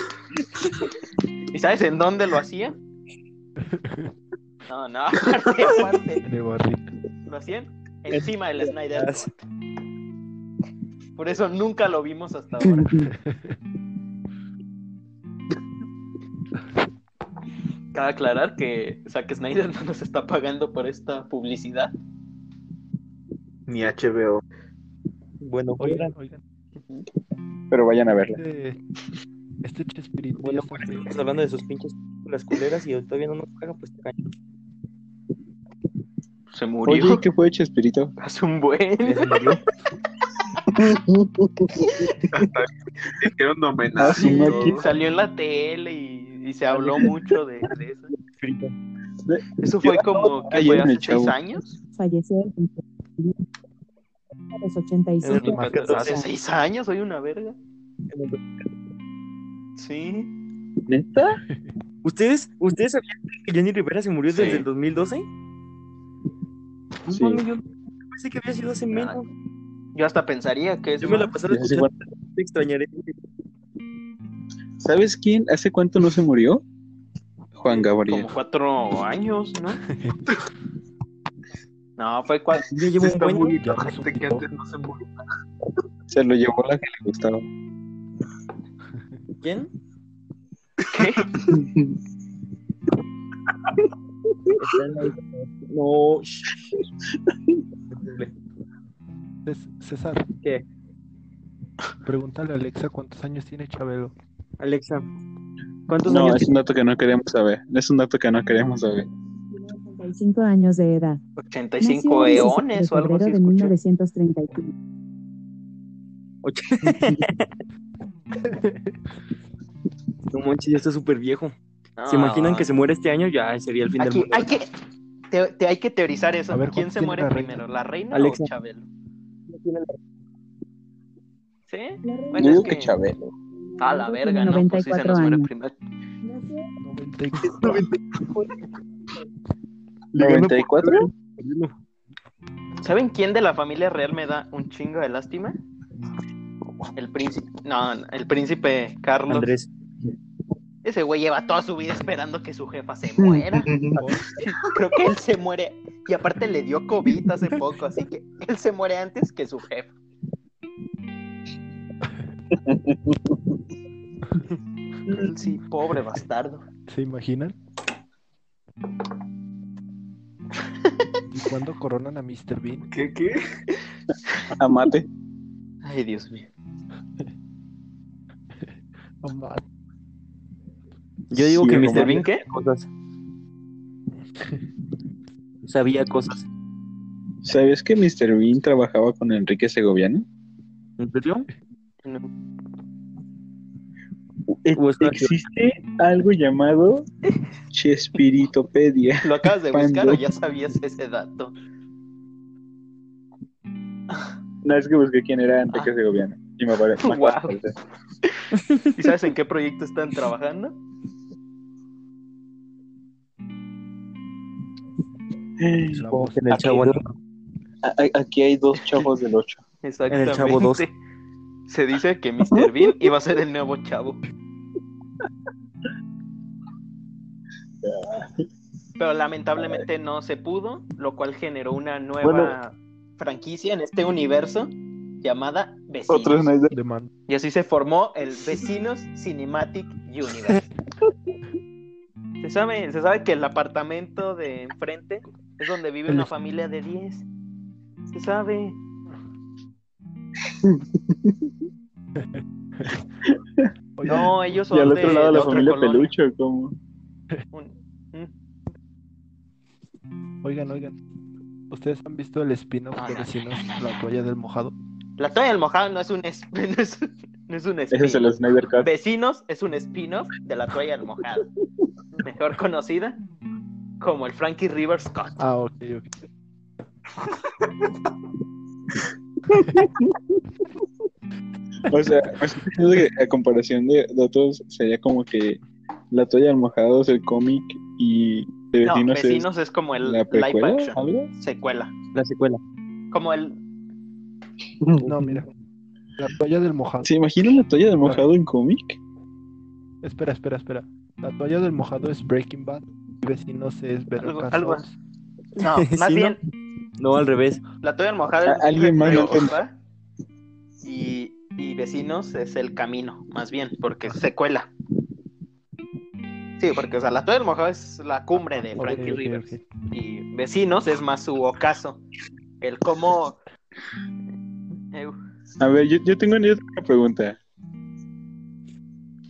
S3: ¿Y sabes en dónde lo hacían? No, no, aparte, aparte,
S5: En el barril.
S3: lo hacían encima del Snyder. Por eso nunca lo vimos hasta ahora. Cabe aclarar que Zack Snyder no nos está pagando por esta publicidad.
S4: Ni HBO.
S1: Bueno, fuera.
S5: Oigan, oigan.
S2: Pero vayan a verla.
S5: Este, este Chespirito
S1: Bueno,
S5: ya
S1: pues,
S5: está
S1: estamos hablando de sus pinches las culeras y todavía no nos pagan, pues te caen.
S3: Se
S2: Oye, ¿qué fue de Chespirito?
S3: Hace un buen.
S4: Hicieron
S2: Ah,
S4: homenaje.
S2: su
S3: Sí,
S2: máquina.
S3: salió en la tele y, y se habló mucho de, de eso. Eso fue como que
S2: Ayer
S3: fue
S2: en
S3: hace
S2: el Chavo.
S3: seis años.
S6: Falleció el 15 de octubre a los 85
S5: En el mar-
S6: años.
S3: Hace seis años, soy una verga. Sí.
S2: ¿Neta?
S1: ¿Ustedes, ¿Ustedes sabían que Jenny Rivera se murió
S3: Sí.
S1: desde el 2012? No
S2: Sí.
S1: mames, yo pensé que había sido hace menos.
S3: Yo hasta pensaría que es.
S1: Yo me la
S3: más.
S1: pasaba
S2: Sí, sí,
S1: escuchando. Te extrañaré.
S2: ¿Sabes quién hace cuánto no se murió? Juan Gabriel.
S3: Como cuatro años, ¿no? No, fue cuatro.
S1: Yo
S4: Sí,
S1: llevo un
S4: está
S1: buen.
S4: muy
S5: ya
S4: gente que
S5: resultó.
S4: antes no se murió.
S2: Se lo llevó la que le gustaba.
S1: ¿Quién? No. shh.
S5: Cés- César.
S1: ¿Qué?
S5: Pregúntale a Alexa cuántos años tiene Chabelo.
S1: Alexa, ¿cuántos
S2: No,
S1: años
S2: es
S1: tiene?
S2: un dato que no queremos saber. Es un dato que no queremos saber.
S6: 85 años de edad.
S3: 85
S6: Nació el 17
S3: eones o
S6: de
S3: algo así.
S6: febrero de
S3: escuché.
S6: 1935.
S1: No manches, ya está súper viejo.
S3: No.
S1: ¿Se imaginan que se muere este año? Ya sería el fin
S3: Aquí
S1: del mundo.
S3: hay que, te, te- hay que teorizar eso.
S5: A ver,
S3: ¿Quién
S5: ¿cuánto
S3: se
S5: tiene
S3: muere
S5: la reina?
S3: primero, la reina
S1: Alexa.
S3: o Chabelo? ¿Sí?
S6: La reina
S3: Bueno,
S2: Yo
S3: es
S2: digo
S3: que-
S2: que Chabelo.
S3: A la verga, ¿no? Pues sí se
S6: 94
S3: nos muere
S6: años.
S3: primero.
S6: Nació
S5: 94.
S1: Ligando por-
S2: ¿94?
S3: ¿Saben quién de la familia real me da un chingo de lástima? El príncipe. No, no, el príncipe Carlos.
S1: Andrés.
S3: Ese güey lleva toda su vida esperando que su jefa se muera. Creo que él se muere. Y aparte le dio COVID hace poco, así que él se muere antes que su jefa. Sí, pobre bastardo.
S5: ¿Se imaginan? ¿Y cuándo coronan a Mr. Bean?
S4: ¿Qué, qué?
S2: Amate.
S3: Ay, Dios mío.
S5: No ma-
S1: Yo digo
S2: Sí,
S1: que
S2: no
S1: Mr.
S2: mames.
S1: Bean ¿qué? cosas. Sabía cosas.
S2: ¿Sabías que Mr. Bean trabajaba con Enrique Segoviano?
S1: ¿En serio? O está
S2: Eh, Existe algo llamado Chespiritopedia.
S3: ¿Lo acabas de buscar
S2: Cuando-
S3: o ya sabías ese dato?
S2: No, es que busqué quién era Enrique Segoviano. Y me parece.
S3: Guau. ¿Y sabes en qué proyecto están trabajando?
S2: Pues,
S5: Chavos,
S1: En el chavo.
S2: Aquí hay dos chavos del 8.
S3: Exactamente.
S1: Chavo dos.
S3: Se dice que Mr. Bean iba a ser el nuevo chavo. Pero lamentablemente no se pudo, lo cual generó una nueva franquicia en este universo llamada Vecinos.
S2: Otro Snyder.
S5: de man-
S3: Y así se formó el Vecinos Cinematic Universe. Se sabe, se sabe que el apartamento de enfrente es donde vive una familia de 10. Se sabe.
S5: Oye,
S3: No, ellos son
S2: Y al
S3: de,
S2: otro lado
S3: de
S2: la
S3: otra
S2: familia
S3: colonia.
S2: Peluche, ¿o ¿cómo?
S3: Un- un-
S5: Oigan, oigan. ¿Ustedes han visto el spin-off
S3: No,
S5: de
S3: no, no,
S5: Vecinos,
S3: no, no,
S5: La toalla del mojado?
S3: La toalla del mojado no es un es- no es, no es un
S2: Ese es
S3: spin.
S2: el Snyder Cut.
S3: Vecinos es un spin-off de la toalla del mojado, mejor conocida como el Frankie River Scott.
S5: Ah, ok, ok.
S2: O sea, o sea, creo que a comparación de, de otros, sería como que La toalla del mojado es el cómic y de
S3: No,
S2: vecinos,
S3: Vecinos es como
S2: es
S3: el
S2: la
S3: live
S2: precuela,
S3: action,
S2: ¿algo?
S3: secuela.
S1: La secuela.
S3: Como el
S5: No, mira. La toalla del mojado.
S2: ¿Se imaginan La toalla del mojado en cómic?
S5: Espera, espera, espera. La toalla del mojado es Breaking Bad. y Vecinos es Better
S3: Algo-
S5: Call
S3: algo.
S5: Saul.
S3: No, más
S1: Sí,
S3: bien,
S1: No, al revés.
S3: la toalla del mojado es
S2: A- alguien más
S3: Río
S2: lo entendió.
S3: Opa, y, y vecinos es el camino, más bien, porque es secuela. Sí, porque o sea, la toalla del mojado es la cumbre de
S5: Ok,
S3: Frankie
S5: ok,
S3: Rivers.
S5: ok.
S3: Y vecinos es más su ocaso. El cómo. Eh,
S2: A ver, yo, yo tengo yo tengo una pregunta.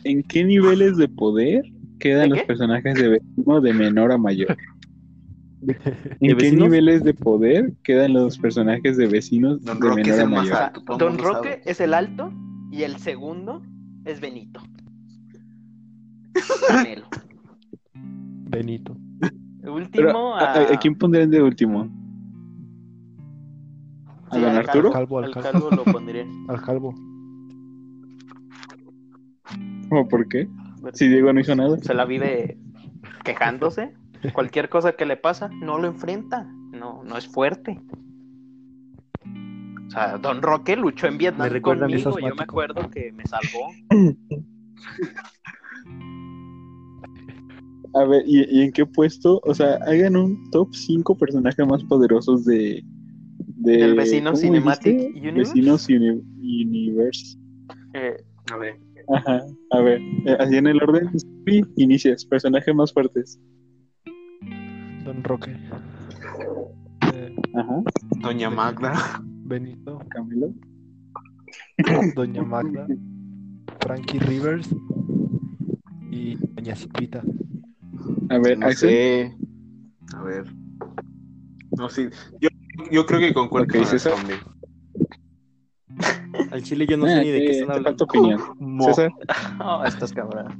S2: ¿En qué niveles de poder
S3: ¿De
S2: quedan los
S3: qué?
S2: personajes de vecinos de menor a mayor?
S1: ¿De
S2: ¿En qué
S1: Vecinos?
S2: niveles de poder quedan los personajes de vecinos
S4: Don
S2: de
S4: Roque es
S2: menor a
S4: el más
S2: mayor?
S4: alto. todo el
S3: Don
S4: mundo
S3: Roque
S4: sabe.
S3: es el alto y el segundo es Benito. Canelo.
S5: Benito.
S3: El último.
S2: Pero, ¿a, a- a quién pondrían de último? ¿A
S3: Sí,
S2: don
S3: al
S2: Arturo?
S5: Calvo, al
S3: al
S5: calvo.
S3: calvo lo pondría.
S5: Al calvo.
S2: ¿O por qué? Si Diego no hizo nada.
S3: se la vive quejándose. Cualquier cosa que le pasa, no lo enfrenta. No, no es fuerte. O sea, Don Roque luchó en
S1: Me
S3: Vietnam
S1: recuerdan
S3: conmigo.
S5: esos
S3: Yo me
S5: maticos.
S3: acuerdo que me salvó.
S2: A ver, ¿y, y en qué puesto? O sea, hagan un top 5 personajes más poderosos de... de-
S3: Del vecino
S2: Eh, ¿cómo
S3: Cinematic
S2: dijiste?
S3: Universe.
S2: Vecinos Uni- Universe.
S3: Eh,
S4: A ver,
S2: Ajá, a ver, eh, así en el orden. Sí, inicias, personajes más fuertes.
S5: Don Roque. Eh,
S2: Ajá,
S4: Doña Magda.
S5: Benito.
S2: Camilo.
S5: Doña Magda. Frankie Rivers. Y Doña Cipita.
S2: A ver,
S4: No
S2: Axel.
S4: sé. A ver. No, sí. Yo, yo creo que concuerdo
S2: Ok,
S4: con
S2: César.
S4: Alexander.
S1: Al chile yo no
S2: Ah,
S1: sé ni de
S2: eh,
S1: qué están
S2: te
S1: hablando.
S2: falta opinión.
S1: Mo.
S2: César.
S3: no, estos cabrones.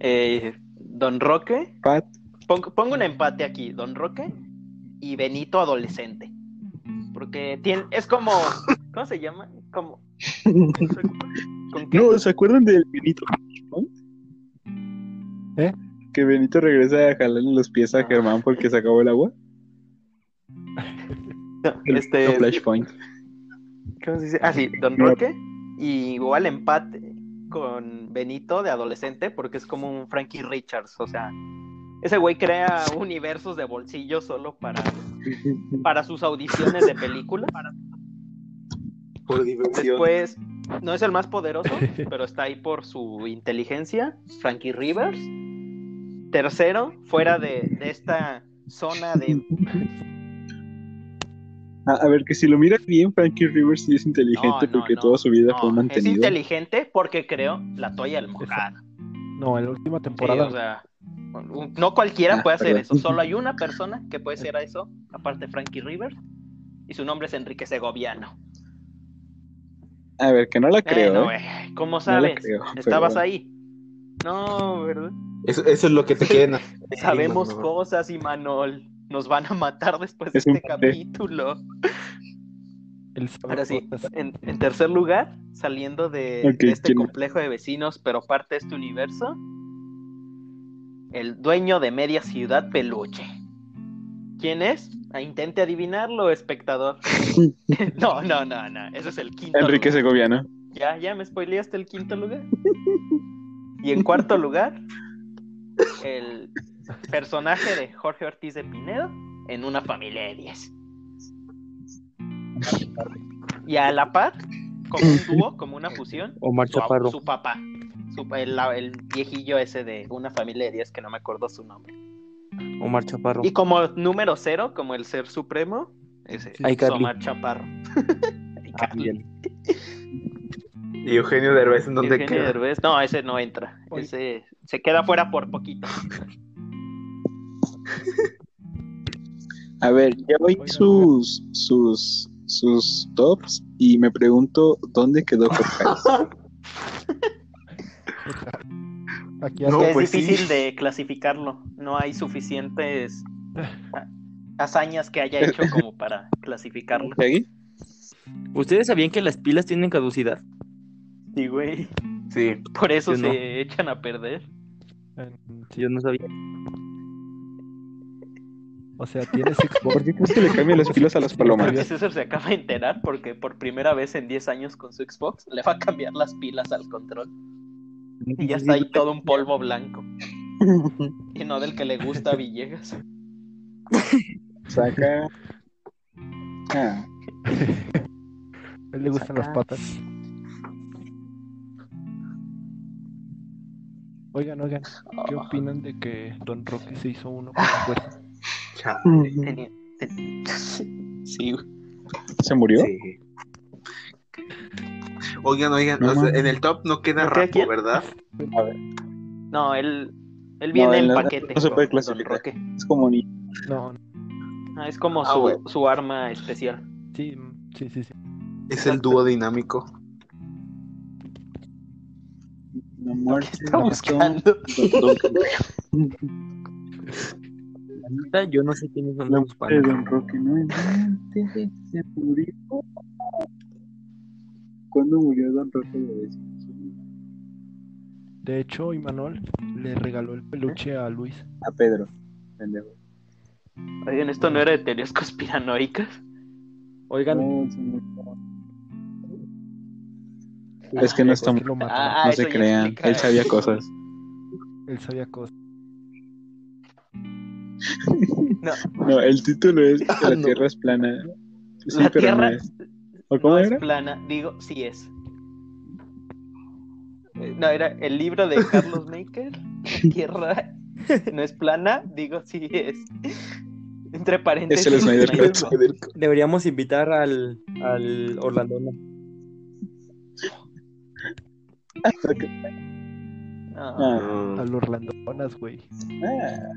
S3: Eh, Don Roque.
S2: Pat.
S3: Pongo, pongo un empate aquí. Don Roque y Benito Adolescente. Porque tiene, es como. ¿Cómo se llama? Como. ¿Con qué?
S2: No, ¿se acuerdan del Benito?
S5: ¿Eh?
S2: Que Benito regresa a jalarle los pies a Germán porque se acabó el agua.
S3: No,
S2: El
S3: este,
S2: Flashpoint.
S3: ¿Cómo se dice? Ah, sí, Don
S2: Mira.
S3: Roque. Y igual empate con Benito de adolescente, porque es como un Frankie Richards. O sea, ese güey crea universos de bolsillo solo para, para sus audiciones de películas.
S4: Por diversión.
S3: Después, Pues, no es el más poderoso, pero está ahí por su inteligencia, Frankie Rivers. Tercero, fuera de, de esta zona de...
S2: Ah, A, a ver, que si lo miras bien, Frankie Rivers sí es inteligente
S3: No, no,
S2: porque
S3: no,
S2: toda su vida fue
S3: no,
S2: un
S3: es
S2: mantenido.
S3: inteligente porque creó la toalla al mojar.
S5: No, en la última
S3: Sí,
S5: temporada.
S3: o sea, un- no cualquiera
S2: Ah,
S3: puede hacer
S2: perdón.
S3: eso. Solo hay una persona que puede hacer eso, aparte de Frankie Rivers. Y su nombre es Enrique Segoviano.
S2: A ver, que no la creo.
S3: Bueno,
S2: ¿eh?
S3: güey, ¿cómo
S2: No
S3: sabes?
S2: la creo.
S3: Estabas
S2: pero-
S3: ahí. No, ¿verdad?
S4: Eso, eso es lo que te quieren. hacer.
S3: Sabemos
S4: Sí, no, no.
S3: cosas, Imanol. Nos van a matar después de
S2: Es un
S3: este
S2: paté.
S3: capítulo.
S5: el sabe
S3: Ahora sí,
S5: cosas.
S3: en, en tercer lugar, saliendo de,
S2: Ok,
S3: de este
S2: ¿quién más?
S3: complejo de vecinos, pero parte de este universo, el dueño de media ciudad peluche. ¿Quién es? Ah, Intente adivinarlo, espectador. no, no, no, no. Ese es el quinto.
S2: Enrique
S3: lugar.
S2: Segoviano.
S3: Ya, ya me spoileaste el quinto lugar. Y en cuarto lugar, el personaje de Jorge Ortiz de Pinedo en una familia de 10. Y a la par, como un dúo, como una fusión,
S1: Omar
S3: su,
S1: Chaparro.
S3: su papá, su pa- el, el viejillo ese de una familia de 10 que no me acuerdo su nombre.
S1: Omar Chaparro.
S3: Y como número cero, como el ser supremo, ese
S1: Ay, Carly. Ah,
S3: Omar Chaparro. Ay, Carly.
S4: Y Eugenio Derbez, ¿en dónde
S3: Eugenio
S4: queda?
S3: Derbez, no, ese no entra.
S5: Oye.
S3: Ese se queda fuera por poquito.
S2: A ver, ya voy
S5: Oigan,
S2: sus, sus, sus tops y me pregunto dónde quedó Hawkeye.
S5: Aquí
S4: No,
S5: hace-
S3: es
S4: pues sí.
S3: difícil de clasificarlo. No hay suficientes a- hazañas que haya hecho como para clasificarlo.
S2: ¿Hawkeye?
S1: ¿Ustedes sabían que las pilas tienen caducidad?
S3: Sí, güey.
S4: Sí.
S3: Por eso
S1: Yo
S3: se
S1: no.
S3: echan a perder.
S5: en- sí,
S1: Yo no sabía.
S5: o sea, tienes Xbox.
S2: ¿Por qué crees que le cambian las pilas a las
S3: Creo
S2: palomas?
S3: que César se acaba de enterar porque por primera vez en 10 años con su Xbox le va a cambiar las pilas al control. Y ya está ahí todo un polvo blanco. Y no del que le gusta a Villegas.
S2: Saca. Ah,
S5: A él le gustan las patas. Oigan, oigan, ¿qué opinan de que Don Roque se hizo uno con el juez?
S4: Chale,
S3: Tenía- ten- Sí, güey.
S2: ¿Se murió?
S4: sí. Oigan, oigan,
S2: No
S4: o sea,
S2: mames.
S4: en el top no queda
S3: ¿No queda
S4: Rambo,
S3: quién?
S4: ¿verdad?
S2: A ver,
S3: No, él, él viene
S2: él
S3: en
S2: no-
S3: paquete.
S2: no se puede
S3: con Don
S2: clasificar.
S3: Roque.
S2: es como ni.
S5: No,
S3: Ah, es como
S4: Ah,
S3: su,
S4: güey.
S3: su arma especial.
S5: sí, mm, sí, sí, sí.
S4: Es el dúo dinámico.
S2: La muerte.
S3: Está buscando.
S1: Neta, Yo no sé quiénes son
S2: La
S1: los
S2: muerte de
S1: panas.
S2: Don Roque, ¿no? Antes se murió. ¿Cuándo murió Don Roque de vez?
S5: De hecho, Imanol le regaló el peluche a Luis.
S2: A Pedro. Pendejo.
S3: Oigan, esto no era de teorías conspiranoicas.
S1: Oigan,
S2: No, se murió. Es que no está
S5: lo mató.
S3: Ah,
S2: No
S3: eso
S2: se
S3: ya
S2: crean,
S3: explica
S2: él sabía
S3: eso.
S2: cosas.
S5: Él sabía cosas.
S3: No,
S2: No, el título es que La
S4: no.
S2: Tierra es plana. Sí,
S3: la
S2: pero
S3: Tierra
S2: no es. ¿O cómo
S3: no
S2: era?
S3: es plana. Digo, sí es. Eh, No, era el libro de Carlos Maker. La Tierra no es plana. Digo, sí es. Entre paréntesis.
S2: Es el Snyder
S3: Snyder
S2: Cut.
S3: Cut.
S1: deberíamos invitar al, al Orlandona.
S3: No.
S2: Ah,
S5: A
S4: Ah,
S5: los randonas, güey.
S2: ah.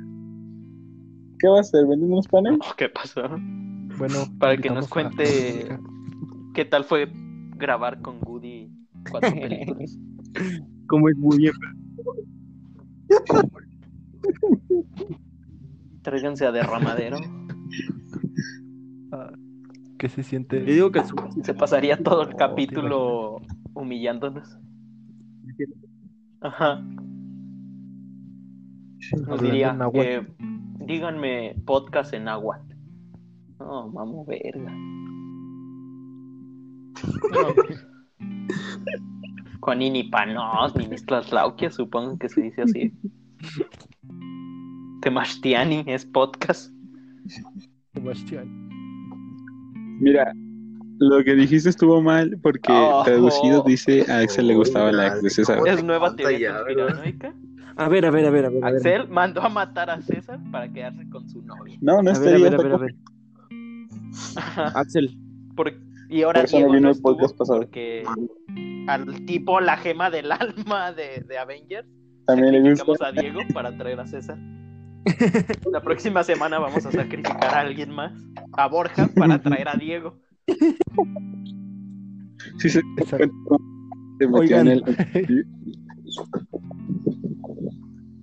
S2: ¿Qué va a hacer? ¿Vendiendo unos panes?
S3: Oh, ¿Qué pasó?
S5: Bueno,
S3: Para que
S5: invitamos
S3: nos
S5: a-
S3: cuente qué tal fue grabar con Woody cuatro películas.
S1: ¿Cómo es muy bien? pues.
S3: Tráiganse a derramadero.
S5: Ah, ¿Qué se
S1: Yo
S5: siente?
S1: digo que su-
S3: Se pasaría todo
S5: Oh,
S3: el capítulo humillándonos. Ajá. Nos
S5: Hablando
S3: diría,
S5: en náhuatl.
S3: eh, díganme podcast en agua. No, vamos, verga. No. Con inipanos, ministras lauquias, supongo que se dice así. Temashtiani es podcast.
S5: Sebastián.
S2: Mira, lo que dijiste estuvo mal porque
S3: Oh.
S2: traducido dice a Axel le gustaba la ex de César.
S4: Madre,
S3: Es nueva
S4: cuánta
S3: teoría
S4: ya, ¿verdad?
S3: conspiranoica.
S1: A ver, a ver, a ver, a ver. a ver.
S3: Axel mandó a matar a César para quedarse con su novia.
S2: No, no
S1: A ver, a
S2: estaría
S1: ver, a ver, a ver. Axel,
S3: Por- y ahora
S2: Por eso no
S3: Diego
S2: vino el
S3: estuvo
S2: podcast pasado.
S3: Porque al tipo la gema del alma de, de Avengers.
S2: También le gusta.
S3: sacrificamos a Diego para traer a César. La próxima semana vamos a sacrificar a alguien más, a Borja, para traer a Diego.
S2: Sí, se,
S5: Esa-
S2: se metió
S1: Oigan.
S2: en el.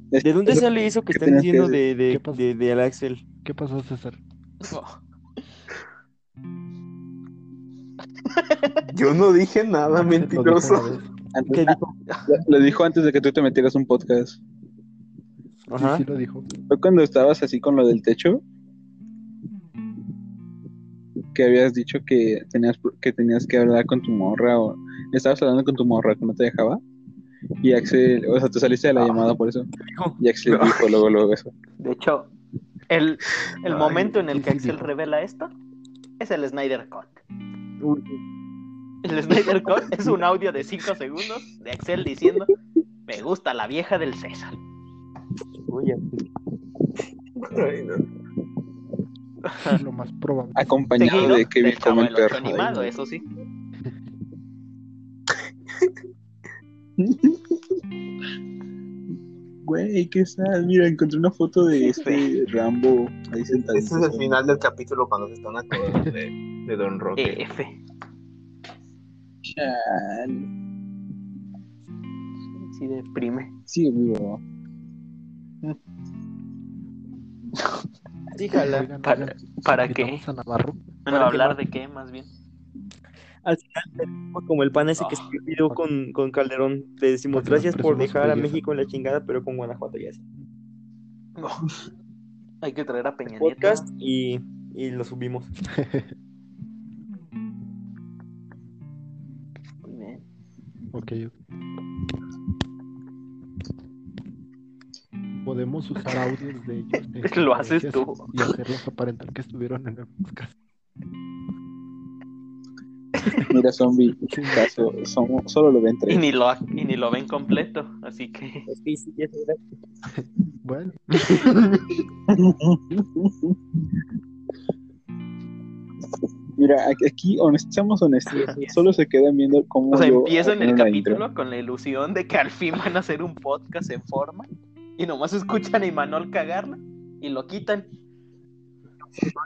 S1: ¿de dónde sale eso que
S2: ¿Qué
S1: están
S2: tenías que
S1: diciendo
S2: decir?
S1: de, de,
S5: ¿Qué pasó?
S1: de, de Axel?
S5: ¿Qué pasó, César?
S4: Yo no dije nada
S5: Lo dijo una
S4: mentiroso.
S5: vez.
S2: Antes-
S1: ¿Qué dijo?
S2: lo dijo antes de que tú te metieras un podcast.
S5: Sí,
S1: Ajá.
S5: sí lo dijo.
S2: ¿Fue cuando estabas así con lo del techo? Que habías dicho que tenías que tenías que hablar con tu morra o estabas hablando con tu morra que no te dejaba. Y Axel, o sea, te saliste
S3: Ah.
S2: de la llamada por eso.
S1: dijo?
S2: Y Axel dijo luego luego eso.
S3: De hecho, el, el
S4: Ay,
S3: momento en el
S5: sí,
S3: que
S5: sí,
S3: Axel
S5: dijo.
S3: revela esto es el Snyder Cut.
S1: Uy,
S3: El Snyder Cut es un audio de 5 segundos de Axel diciendo: Me gusta la vieja del César.
S1: uy,
S4: Ay, no.
S5: Es lo más probable.
S2: Acompañado
S3: Seguido
S2: de Kevin
S3: del Chavo
S2: como el
S3: del Ocho
S2: perro.
S3: animado, eso sí.
S2: Güey, qué sad. Mira, encontré una foto de este Rambo ahí sentado.
S4: Este es el final del capítulo cuando se están acordando de, de Don Roque.
S3: Eh, F.
S2: Chale.
S3: Sí, deprime.
S2: Sigue vivo.
S5: Oigan, oigan,
S3: ¿Para, para qué?
S5: invitamos a Navarro.
S3: Bueno,
S1: Para que
S3: hablar
S1: no-
S3: de qué más bien.
S1: no. Pues Como el pan ese que se video con, con Calderón. Le decimos
S5: Porque nos
S1: gracias por
S5: presumas
S1: dejar a
S5: belleza".
S1: México en la chingada, pero con Guanajuato ya está.
S3: No. Hay que traer a Peña Nieto.
S1: Podcast y, y lo subimos.
S3: Muy bien.
S5: Ok. Podemos usar audios de ellos. eh,
S3: Lo haces
S5: conferencias
S3: tú.
S5: Y hacerlos aparentar que estuvieron en el podcast.
S2: Mira, zombie. Caso, son- solo lo ven
S3: Y
S2: tres.
S3: ni, lo, y ni lo ven completo, así que
S1: Es que sí, ya se da.
S5: Bueno,
S2: Mira, aquí- aquí honest- seamos honestos,
S3: Yes.
S2: solo se quedan viendo cómo
S3: o sea,
S2: yo
S3: empiezan
S2: hago
S3: el
S2: una
S3: capítulo
S2: intro.
S3: con la ilusión de que al fin van a hacer un podcast en forma y nomás escuchan a Imanol cagarla y lo quitan.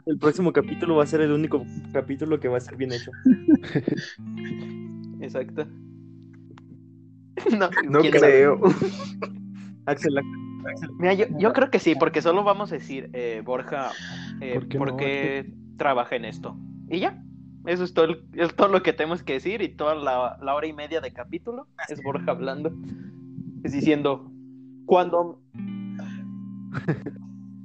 S1: El próximo capítulo va a ser el único capítulo que va a ser bien hecho.
S3: Exacto. No,
S4: No
S3: quién sabe.
S4: creo.
S1: Axel, la-
S3: Mira, yo, yo creo que sí, porque solo vamos a decir, eh, Borja, eh,
S5: ¿Por
S3: ¿por
S5: qué
S3: qué,
S5: no?
S3: trabaja en esto? Y ya, eso es todo, el- es todo lo que tenemos que decir y toda la, la hora y media de capítulo es Borja hablando, es diciendo, cuando...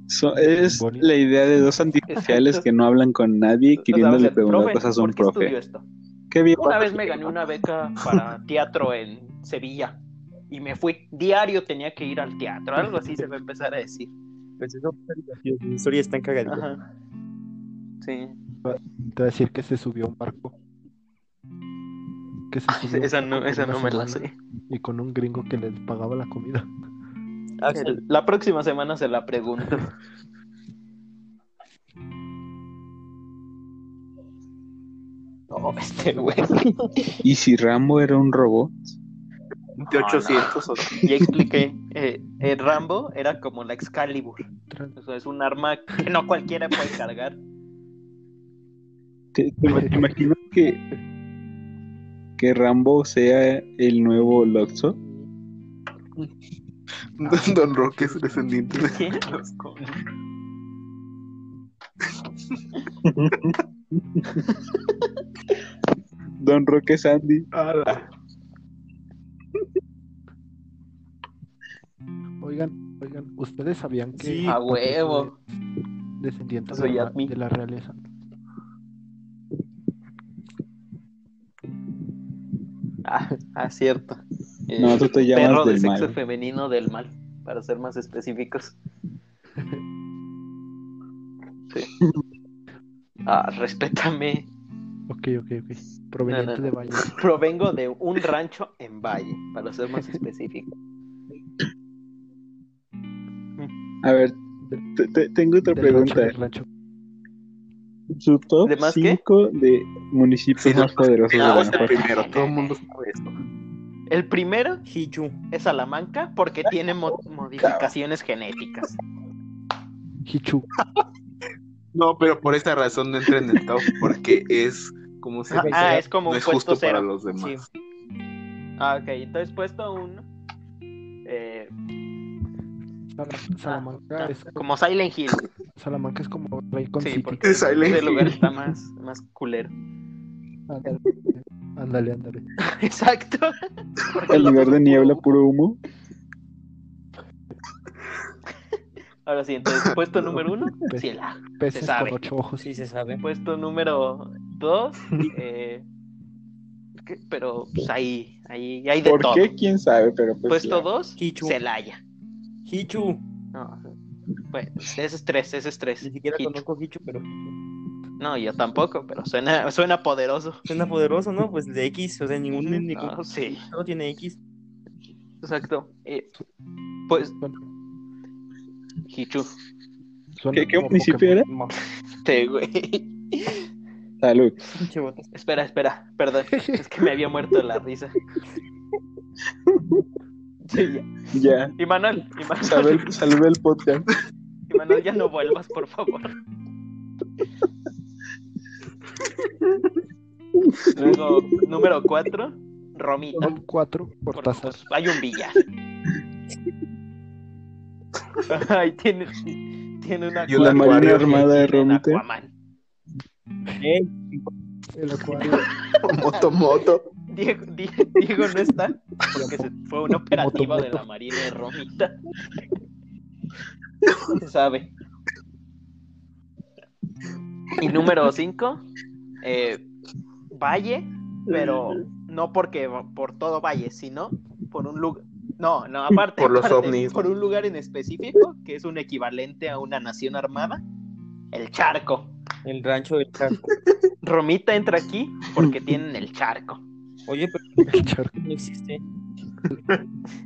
S2: So- es
S5: Bonnie.
S2: la idea de dos antisociales
S3: Exacto.
S2: que no hablan con nadie
S3: o sea,
S2: queriéndole
S3: o sea,
S2: preguntar
S3: "Profe,
S2: cosas a un
S3: ¿por qué estudió
S2: profe.
S3: esto?
S2: Qué bien.
S3: Una vez me gané una beca para teatro en Sevilla y me fui, diario tenía que ir al teatro, algo así se va a empezar a decir.
S1: pues eso va a ser divertido, las historias están cagaditas.
S3: Ajá. Sí,
S5: te voy a decir que se subió a un barco. Que se subió a un
S3: Ah, esa
S5: barco
S3: no,
S5: por
S3: esa
S5: una
S3: no me la
S5: semana
S3: sé.
S5: Y con un gringo que les pagaba la comida.
S1: Axel,
S3: El- la próxima semana se la pregunto. No, este güey.
S2: ¿Y si Rambo era un robot?
S4: De 800 o
S3: Ya expliqué. eh, el Rambo era como la Excalibur.
S5: Tran-
S3: O sea, es un arma que no cualquiera puede cargar.
S2: ¿Te, te ima- te imaginas que, que Rambo sea el nuevo Lotso?
S4: Don, Don Roque es descendiente de
S3: ¿Quién?
S4: los Conan.
S2: Don Roque Sandy.
S4: Ala.
S5: Oigan, Oigan, ¿ustedes sabían que
S1: Sí,
S3: a
S5: Patricio
S3: huevo.
S5: es descendiente
S3: Soy
S5: de la,
S3: Yadmi.
S5: de la realeza?
S3: Ah, ah, cierto. Eh,
S2: No, tú te llamas
S3: perro de
S2: del
S3: sexo
S2: mal.
S3: femenino del mal, para ser más específicos. Sí. Ah, respétame.
S5: Ok, ok, ok. Proveniente
S3: no.
S5: de Valle.
S3: Provengo de un rancho en Valle, para ser más específico.
S2: A ver, te- te- tengo otra
S5: del rancho
S2: pregunta.
S5: del rancho.
S2: Su top
S3: ¿De más qué? Ah,
S2: 5 de municipios
S4: Sí,
S2: más poderosos de
S4: Vamos al
S2: Guanajuato.
S4: primero, todo el mundo sabe esto.
S3: El primero es Salamanca porque tiene mo- modificaciones genéticas.
S5: Hichu.
S4: No, pero por esa razón no entra en el top, porque es como se
S3: Ah,
S4: dice,
S3: ah, es como
S4: no
S3: un
S4: es
S3: puesto
S4: justo
S3: cero.
S4: para los demás.
S3: Sí. Ah, ok, entonces puesto uno. eh,
S5: Salam- Salamanca,
S3: ah,
S5: es,
S3: como Silent Hill.
S5: Salamanca es como Raycon
S3: Sí,
S5: City.
S3: porque
S4: Es Silent
S3: ese lugar
S4: Hill.
S3: está más, más culero.
S5: Ándale, ándale, ándale.
S3: Exacto. Porque
S2: El
S3: los
S2: lugar de
S3: otros
S2: niebla,
S3: puro-
S2: puro humo.
S3: Ahora sí, entonces, puesto número uno,
S5: Pe-
S3: Ciela.
S5: Peces
S3: sabe.
S5: con ocho ojos.
S1: pues Sí, se sabe.
S3: Puesto número dos, eh, que- pero pues, ahí, ahí hay de
S2: ¿Por
S3: todo.
S2: qué? ¿Quién sabe? Pero pues,
S3: Puesto
S2: ya.
S3: dos,
S1: Hichu.
S3: Celaya.
S1: Hichu.
S3: No, pues, ese es tres, ese es tres.
S1: Ni siquiera
S3: Hichu.
S1: conozco Hichu, pero
S3: No, yo tampoco, pero suena, suena poderoso.
S1: suena poderoso, ¿no? Pues de X, o sea, ningún, ningún
S3: No, sí,
S1: no tiene X.
S3: exacto. Eh, pues,
S5: Suena-
S3: Hichu.
S5: suena
S2: ¿Qué, qué
S5: como
S2: municipio
S5: Pokémon.
S2: era?
S3: Te, güey.
S2: Salud.
S1: Pinche botas.
S3: Espera, espera, perdón. Es que me había muerto de la risa. Sí, ya.
S2: Ya.
S3: Y Manuel, y Manuel,
S2: Salve, salve el podcast.
S3: y Manuel, ya no vuelvas, por favor. Luego, número cuatro, Romita.
S5: Top 4
S3: porque,
S5: Cortázar.
S3: pues, hay un billar. Ay, tiene, tiene una
S4: Y una
S3: acuario
S4: marina
S3: que
S2: armada de
S3: tiene un
S2: Romita.
S3: Aquaman.
S1: Ey,
S5: El acuario.
S4: Moto, moto.
S3: Diego, Die- Diego no está porque se fue a una operativa de la marina de Romita. No se sabe. Y número 5, Valle, pero no porque por todo Valle, sino por un lugar. No, no, aparte.
S4: Por los
S3: aparte,
S4: ovnis.
S3: Por un lugar en específico que es un equivalente a una nación armada, el charco.
S1: el rancho del charco.
S3: Romita entra aquí porque tienen el charco.
S1: Oye, pero
S5: El charco.
S1: no existe.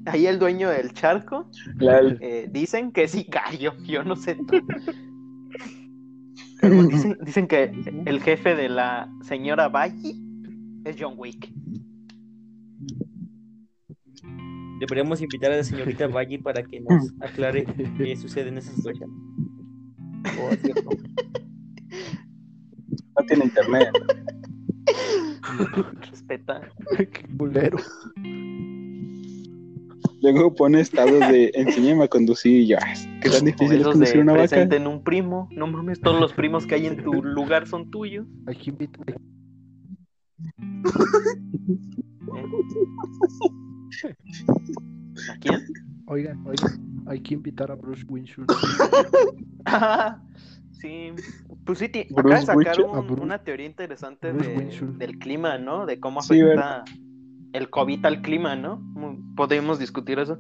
S3: Ahí el dueño del charco
S2: La,
S3: Eh, dicen que es sicario, yo no sé. tú. Pero dicen, dicen que el jefe de la señora Valle es John Wick.
S1: Deberíamos invitar a la señorita Valle para que nos aclare qué sucede en esa situación. Oh, es cierto.
S2: no tiene internet.
S3: Respeta.
S5: Qué culero.
S2: Luego pone estados de enséñame a conducir y yo. ah, ¿Qué tan
S3: Como
S2: difícil es
S3: esos
S2: conducir
S3: de
S2: una vaca?
S3: presenten un primo. No mames, todos los primos que hay en tu lugar son tuyos.
S5: Aquí invito.
S3: ¿A quién?
S5: Oigan, oigan, hay que invitar a Bruce Winchester.
S3: Ah, sí. Pues sí, ti- acaba de
S2: Bruce
S3: sacar
S2: Witch-
S3: un-
S5: a Bruce-
S3: una teoría interesante
S5: Bruce
S3: de-
S5: Winchell.
S3: del clima, ¿no? De cómo
S2: Sí,
S3: afecta el COVID al clima, ¿no? Muy- Podemos discutir eso.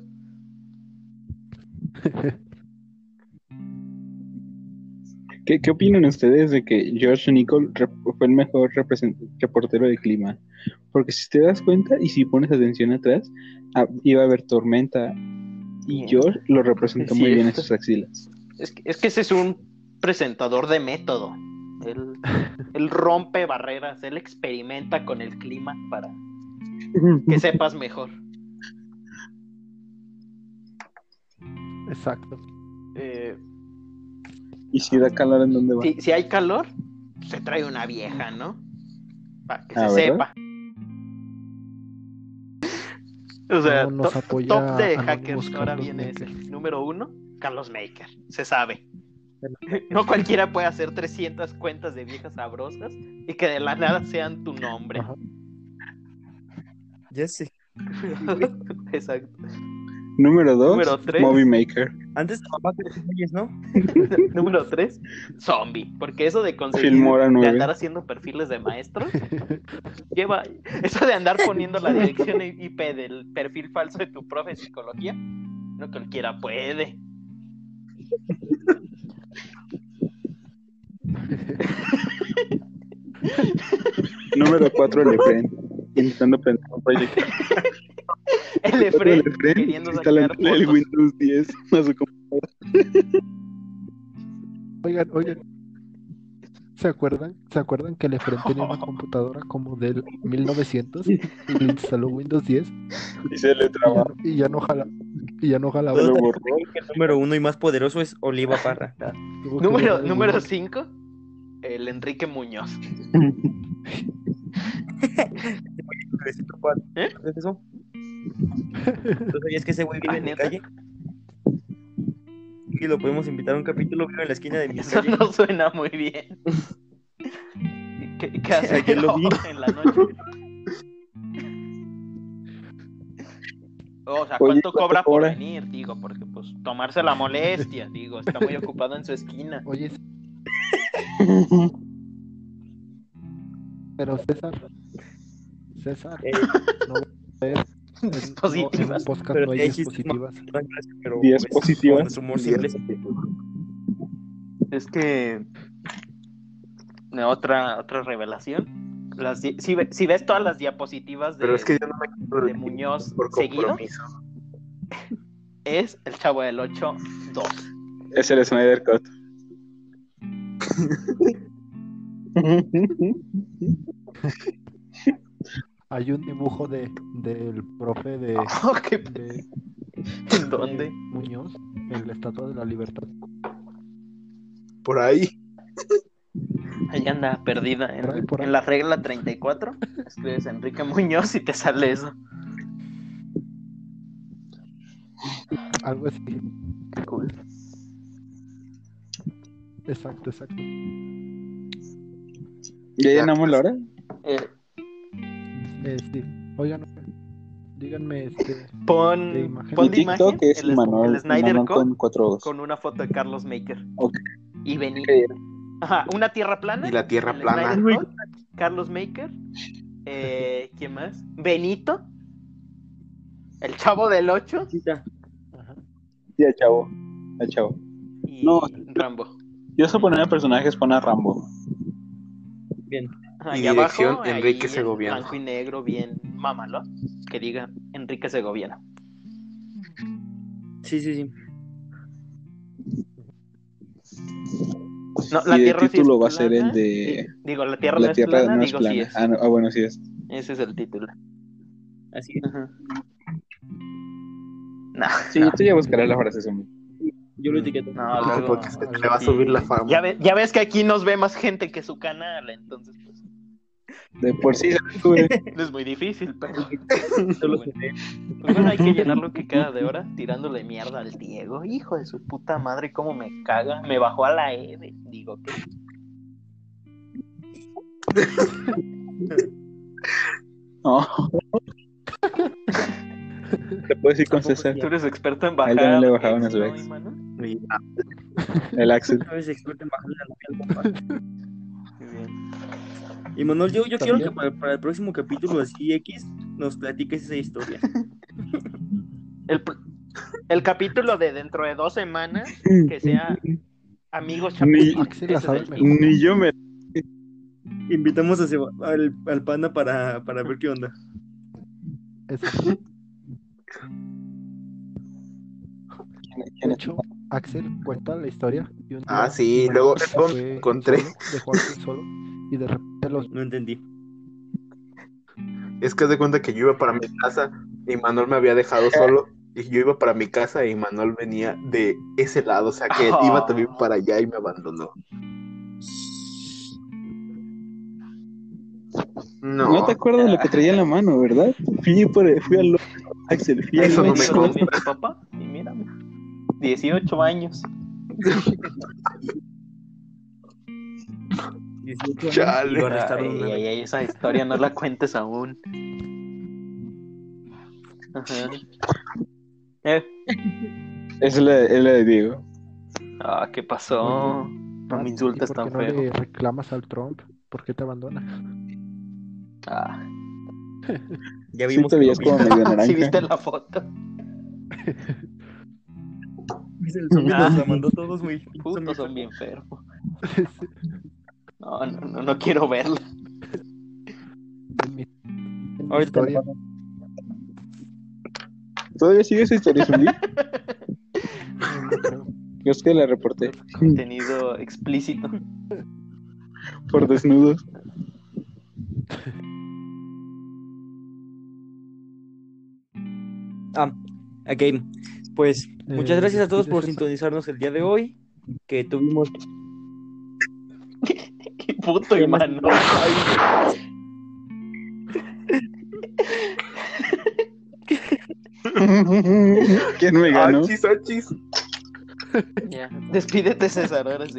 S2: ¿Qué, ¿Qué opinan ustedes de que George Nicol rep- fue el mejor represent- reportero de clima? Porque si te das cuenta y si pones atención atrás, a- iba a haber tormenta. Y
S3: Bien.
S2: George lo representó
S3: Sí,
S2: muy bien en
S3: está.
S2: sus axilas.
S3: Es que, es que ese es un presentador de método. Él, él rompe barreras, él experimenta con el clima para que sepas mejor.
S5: Exacto.
S3: Eh,
S2: Y si da calor en donde va.
S3: si, si hay calor, se trae una vieja, ¿no? Para que
S2: Ah,
S3: se
S2: ¿verdad?
S3: sepa. O sea,
S5: No, nos
S3: to-
S5: apoya
S3: top de
S5: Anonymous
S3: hackers, ahora
S5: Carlos
S3: viene ese.
S5: Maker.
S3: Número uno, Carlos Maker, se sabe. No cualquiera puede hacer 300 cuentas de viejas sabrosas y que de la nada sean tu nombre.
S5: Ajá.
S1: Ya sé.
S3: Exacto.
S2: Número 2,
S3: Número tres.
S2: Movie Maker.
S1: Antes la mamá que Reyes, ¿no?
S3: Número tres, zombie. Porque eso de conseguir,
S2: Filmora
S3: de
S2: 9.
S3: andar haciendo perfiles de maestros, lleva, eso de andar poniendo la dirección IP del perfil falso de tu profe de psicología, no cualquiera puede.
S2: Número 4, el Efren. Intentando pensar un proyecto.
S3: El Efraín queriendo sacar
S2: instalando el
S3: fotos.
S2: Windows 10 a su computadora.
S5: Oigan, oigan. ¿Se acuerdan? ¿Se acuerdan que el Efren tenía una computadora como del 1900 y le instaló Windows 10 y
S2: Y se le
S5: ya,
S2: trabó,
S5: no- y ya no jala, y ya no jalaba?
S2: se lo borró.
S1: El número uno y más poderoso es Oliva Parra.
S5: Tuvo que
S3: Número,
S5: borrar el
S3: número
S5: Windows.
S3: cinco, el Enrique Muñoz. ¿Eh?
S1: ¿Es eso? ¿Tú sabías que ese güey vive
S3: Ah,
S1: en mi
S3: ¿neta?
S1: calle? Y lo podemos invitar a un capítulo vive en la esquina de mi
S3: Eso
S1: calle.
S3: no suena muy bien. ¿Qué, qué hace
S1: Ayer lo vi.
S3: en la noche? O sea,
S2: Oye, ¿cuánto
S3: ¿cuánto cobra por
S2: cobra?
S3: venir? Digo, porque pues tomarse la molestia, digo, está muy ocupado en su esquina.
S5: Oye, pero César. César.
S1: Eh,
S5: No va a haber- en- no- en
S3: Dispositivas.
S5: un podcast
S1: Pero
S5: no
S1: ya
S5: hay
S1: dijiste,
S5: dispositivas.
S1: pero
S2: Diez
S1: es-
S2: positivas.
S1: con su humor
S2: Diez.
S1: simple.
S3: Es que otra otra revelación. Las di- si, ve- si ves todas las diapositivas de,
S4: Pero es que yo no me compro
S3: de Muñoz
S4: por
S3: seguido,
S4: compromiso.
S3: es el Chavo del 8 2.
S2: Es el Snyder Cut.
S5: Hay un dibujo de del profe de,
S3: Oh, qué-
S5: de-
S3: ¿En dónde?
S5: de Muñoz en la Estatua de la Libertad.
S4: Por ahí.
S3: Ahí anda, perdida. En,
S5: Por ahí, por ahí.
S3: en la regla 34, escribes Enrique Muñoz y te sale eso.
S5: Algo así.
S3: Qué cool.
S5: Exacto, exacto.
S2: ¿Ya llenamos la hora?
S3: Eh,
S5: Eh, sí. Oigan, díganme este.
S3: pon
S5: De imagen.
S3: pon
S2: Mi
S3: de imagen
S2: TikTok es
S3: el,
S2: el Manuel,
S3: el Snyder
S2: Manuel
S3: Cut con...
S2: con cuatro ojos.
S3: una foto de Carlos Maker.
S2: Ok.
S3: Y vení.
S2: Ok.
S3: Ajá, una tierra plana.
S4: Y la tierra
S3: el
S4: plana.
S3: Snyder Cut, Carlos Maker. Eh, ¿Quién más? Benito. El Chavo del 8.
S2: Ya, chavo. Ya, chavo.
S3: Y
S2: No.
S3: Rambo.
S2: Yo suponía personajes pone a Rambo.
S3: Ajá,
S4: Y
S3: y abajo,
S4: dirección,
S3: ahí
S4: Enrique
S3: en
S4: Segoviano.
S3: Blanco y negro, bien mámalo. Que diga Enrique Segoviano.
S1: Sí, sí, sí.
S3: No,
S2: y el
S3: sí es
S2: título va a ser
S3: plana,
S2: el de
S3: y- Digo, la tierra no
S2: La
S3: es
S2: Tierra
S3: plana,
S2: no es
S3: digo,
S2: plana.
S3: sí es.
S2: Ah, no, ah, bueno, sí es.
S3: Ese es el título.
S1: Así es.
S3: Ajá. No,
S2: Sí,
S3: no,
S2: tú ya buscarás la frase, hombre.
S1: Yo lo etiqueto.
S3: no,
S4: Porque
S3: luego-
S4: podcast se le va a subir la fama.
S3: Ya, ve- ya ves que aquí nos ve más gente que su canal, entonces pues,
S2: De por sí se cubre.
S3: no es muy difícil, pero
S1: Solo
S3: bueno. Pues bueno, hay que llenar lo que queda de hora tirándole mierda al Diego. Hijo de su puta madre, cómo me caga. Me bajó a la E, digo que.
S2: No. Te puedes ir con César.
S3: Tú eres experto en
S2: A
S3: bajar. ¿eh?
S2: él también le bajaron
S3: ¿no,
S2: a su ex.
S3: Imanol?
S1: Sí.
S2: El Axel.
S1: Una vez experto en bajarle la novia al compa.
S3: Muy bien.
S1: Y Manuel, yo, yo quiero
S5: También.
S1: que para, para el próximo capítulo así X nos platiques esa historia.
S3: El, pr- el capítulo de dentro de dos semanas, que sea Amigos
S2: Ni-
S3: Chapulines.
S5: Axel
S3: Ese
S5: la
S3: es
S5: sabe
S3: el
S5: mejor.
S3: título.
S2: Ni yo me.
S1: Invitamos a Seba- al, al panda para, para ver qué onda.
S5: Exacto.
S2: ¿Quién
S5: De
S2: es?
S5: hecho, Axel cuenta la historia. y un
S4: Ah,
S5: día
S4: sí,
S5: Manuel
S4: luego
S5: se
S4: luego
S5: fue
S4: me encontré.
S5: solo, dejó a Axel solo y de repente los
S1: No entendí.
S4: Es que haz de cuenta que yo iba para mi casa y Manuel me había dejado solo. Y yo iba para mi casa y Manuel venía de ese lado. O sea que
S3: Ah.
S4: iba también para allá y me abandonó. No,
S2: No te acuerdas lo que traía en la mano, ¿verdad? Fui, por el- fui al Axel, fui al
S4: Eso no me
S2: Axel.
S3: Digo, también tu papá, y mírame. 18 años.
S1: 18 años
S4: Chale.
S1: y lo arrestaron
S3: Ay,
S1: una vez.
S3: ay, ay, esa historia no la cuentes aún. Ajá. Eh,
S2: Es la, es la de Diego.
S3: Ah, ¿qué pasó?
S5: Oye,
S3: No
S5: Pat,
S3: me
S5: ¿y
S3: insultes
S5: ¿Por
S3: tan
S5: qué no
S3: feo.
S5: le reclamas al Trump? ¿Por qué te abandona?
S3: Ah.
S1: Ya
S2: Sí,
S1: vimos
S2: te
S1: que lo
S2: veías como
S1: viste.
S2: medio
S3: ¿Sí viste
S2: naranja.
S3: la foto?
S1: Viste el zombie,
S3: Ah.
S1: nos la mandó todos, güey.
S3: Puto, son bien enfermos. No, no, no, no quiero verla.
S5: En mi, en mi
S1: Ahorita
S5: historia.
S2: ¿Todavía sigue esa historia, Zumbi? Yo es que la reporté
S3: Contenido explícito.
S2: por desnudos.
S1: Ah, ok. Pues muchas
S5: Eh,
S1: gracias a todos por
S5: ¿quieres
S1: sintonizarnos el día de hoy. Que tuvimos.
S3: Qué puto y mano. Ay,
S2: ¿Quién me ganó?
S4: Achis, achis.
S3: ya. Despídete, César, ahora sí.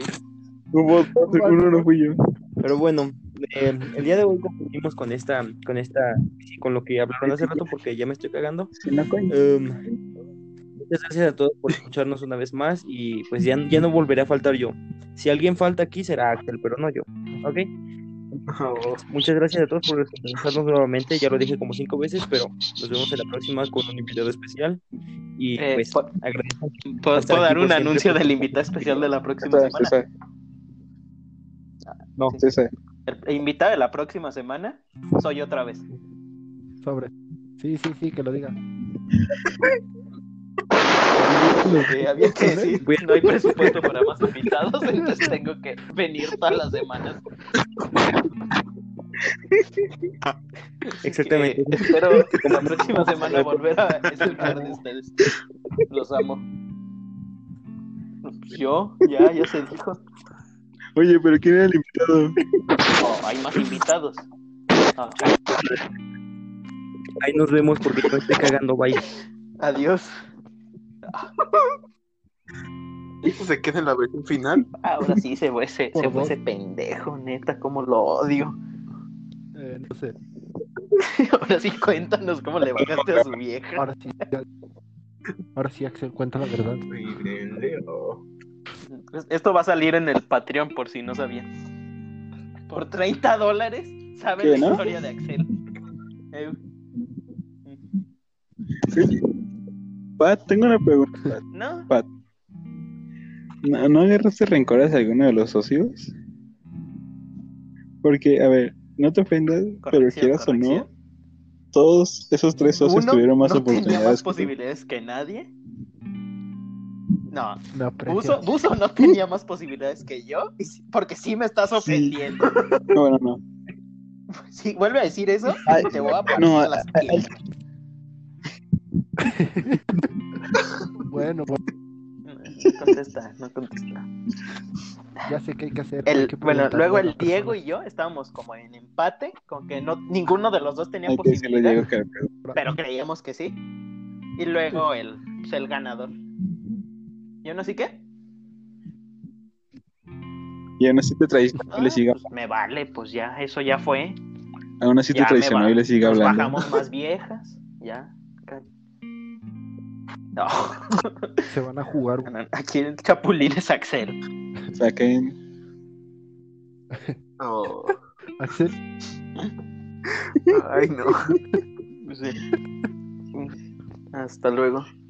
S2: Hubo dos, uno no fui yo.
S1: Pero bueno, eh, el día de hoy concluimos con esta, con esta, con lo que hablaron hace rato porque ya me estoy cagando.
S2: Sí, no, coño.
S1: Em, muchas gracias a todos por escucharnos una vez más y pues ya, ya no volveré a faltar yo. Si alguien falta aquí será Axel, pero no yo. ¿Ok? Muchas gracias a todos por escucharnos nuevamente. Ya lo dije como cinco veces, pero nos vemos en la próxima con un invitado especial. Y
S3: Eh,
S1: pues
S3: ¿puedo-
S1: agradezco.
S3: ¿Puedo,
S1: estar aquí
S3: dar
S1: por
S3: un
S1: siempre,
S3: anuncio
S1: por-
S3: del invitado especial de la próxima
S2: César,
S3: semana?
S2: César,
S1: No,
S2: César.
S3: El el invitado de la próxima semana soy otra vez.
S5: Sobre. Sí, sí, sí, que lo diga.
S3: Eh, había que decir, pues,
S1: Voy
S3: no hay presupuesto para más invitados, entonces tengo que venir todas las semanas. Así que
S1: Exactamente.
S3: espero la próxima semana volver a escuchar de ustedes. Los amo. Yo, ya, ya se dijo.
S2: Oye, pero ¿quién era el invitado?
S3: Oh, hay más invitados. Ah,
S1: ahí nos vemos porque yo me estoy cagando. Bye.
S3: adiós.
S4: Eso se queda en la versión final.
S3: Ahora sí se fue ese,
S5: Por
S3: se fue
S5: dos.
S3: ese pendejo, neta, cómo lo odio.
S5: Eh, no sé.
S3: Ahora sí cuéntanos cómo le bajaste a su vieja.
S5: Ahora sí. ya- Ahora sí, Axel, cuenta la verdad.
S3: Pues, Esto va a salir en el Patreon por si no sabían. Por 30 dólares saben
S2: ¿Qué,
S3: la
S2: no?
S3: historia de Axel. Eh,
S2: Sí. Pat, tengo una pregunta.
S3: ¿No?
S2: ¿No, no agarraste rencor hacia alguno de los socios? Porque, a ver, no te ofendas, pero
S3: Corrección,
S2: quieras o no,
S3: corrección.
S2: todos esos tres socios
S3: Uno
S2: tuvieron más
S3: no tenía
S2: oportunidades.
S3: más
S2: que tú.
S3: posibilidades que nadie. No,
S5: Me aprecio.
S3: Buzo, Buzo no tenía más posibilidades que yo, y sí- porque sí me estás ofendiendo.
S2: No, bueno, no.
S3: Si vuelve a decir eso,
S2: Ay,
S3: te voy a partir
S2: no,
S3: las
S2: ay, ay.
S3: piernas.
S5: Bueno, bueno,
S3: No contesta, no contesta.
S5: ya sé qué hay que hacer.
S3: El-
S5: hay que
S3: bueno,
S5: preguntarle
S3: luego
S5: a
S3: el
S5: la
S3: Diego
S5: persona.
S3: y yo estábamos como en empate, con que no, ninguno de los dos tenía
S2: Hay que decirle a
S3: posibilidad,
S2: Diego que era pedo.
S3: pero creíamos que sí. Y luego el, pues, el ganador. Yo no sé qué.
S2: Y aún así te traicionó
S3: Ah,
S2: y le sigue,
S3: pues, me vale, pues ya, eso ya fue.
S2: aún así te
S3: ya me
S2: traicionó
S3: va-
S2: y le sigue
S3: Nos
S2: hablando.
S3: bajamos más viejas, ya. ca- No,
S5: Se van a jugar.
S3: no, no, aquí el chapulín es Axel.
S2: Saquen.
S4: No.
S5: Axel,
S4: Ay, no.
S5: Pues
S3: Sí. Hasta luego.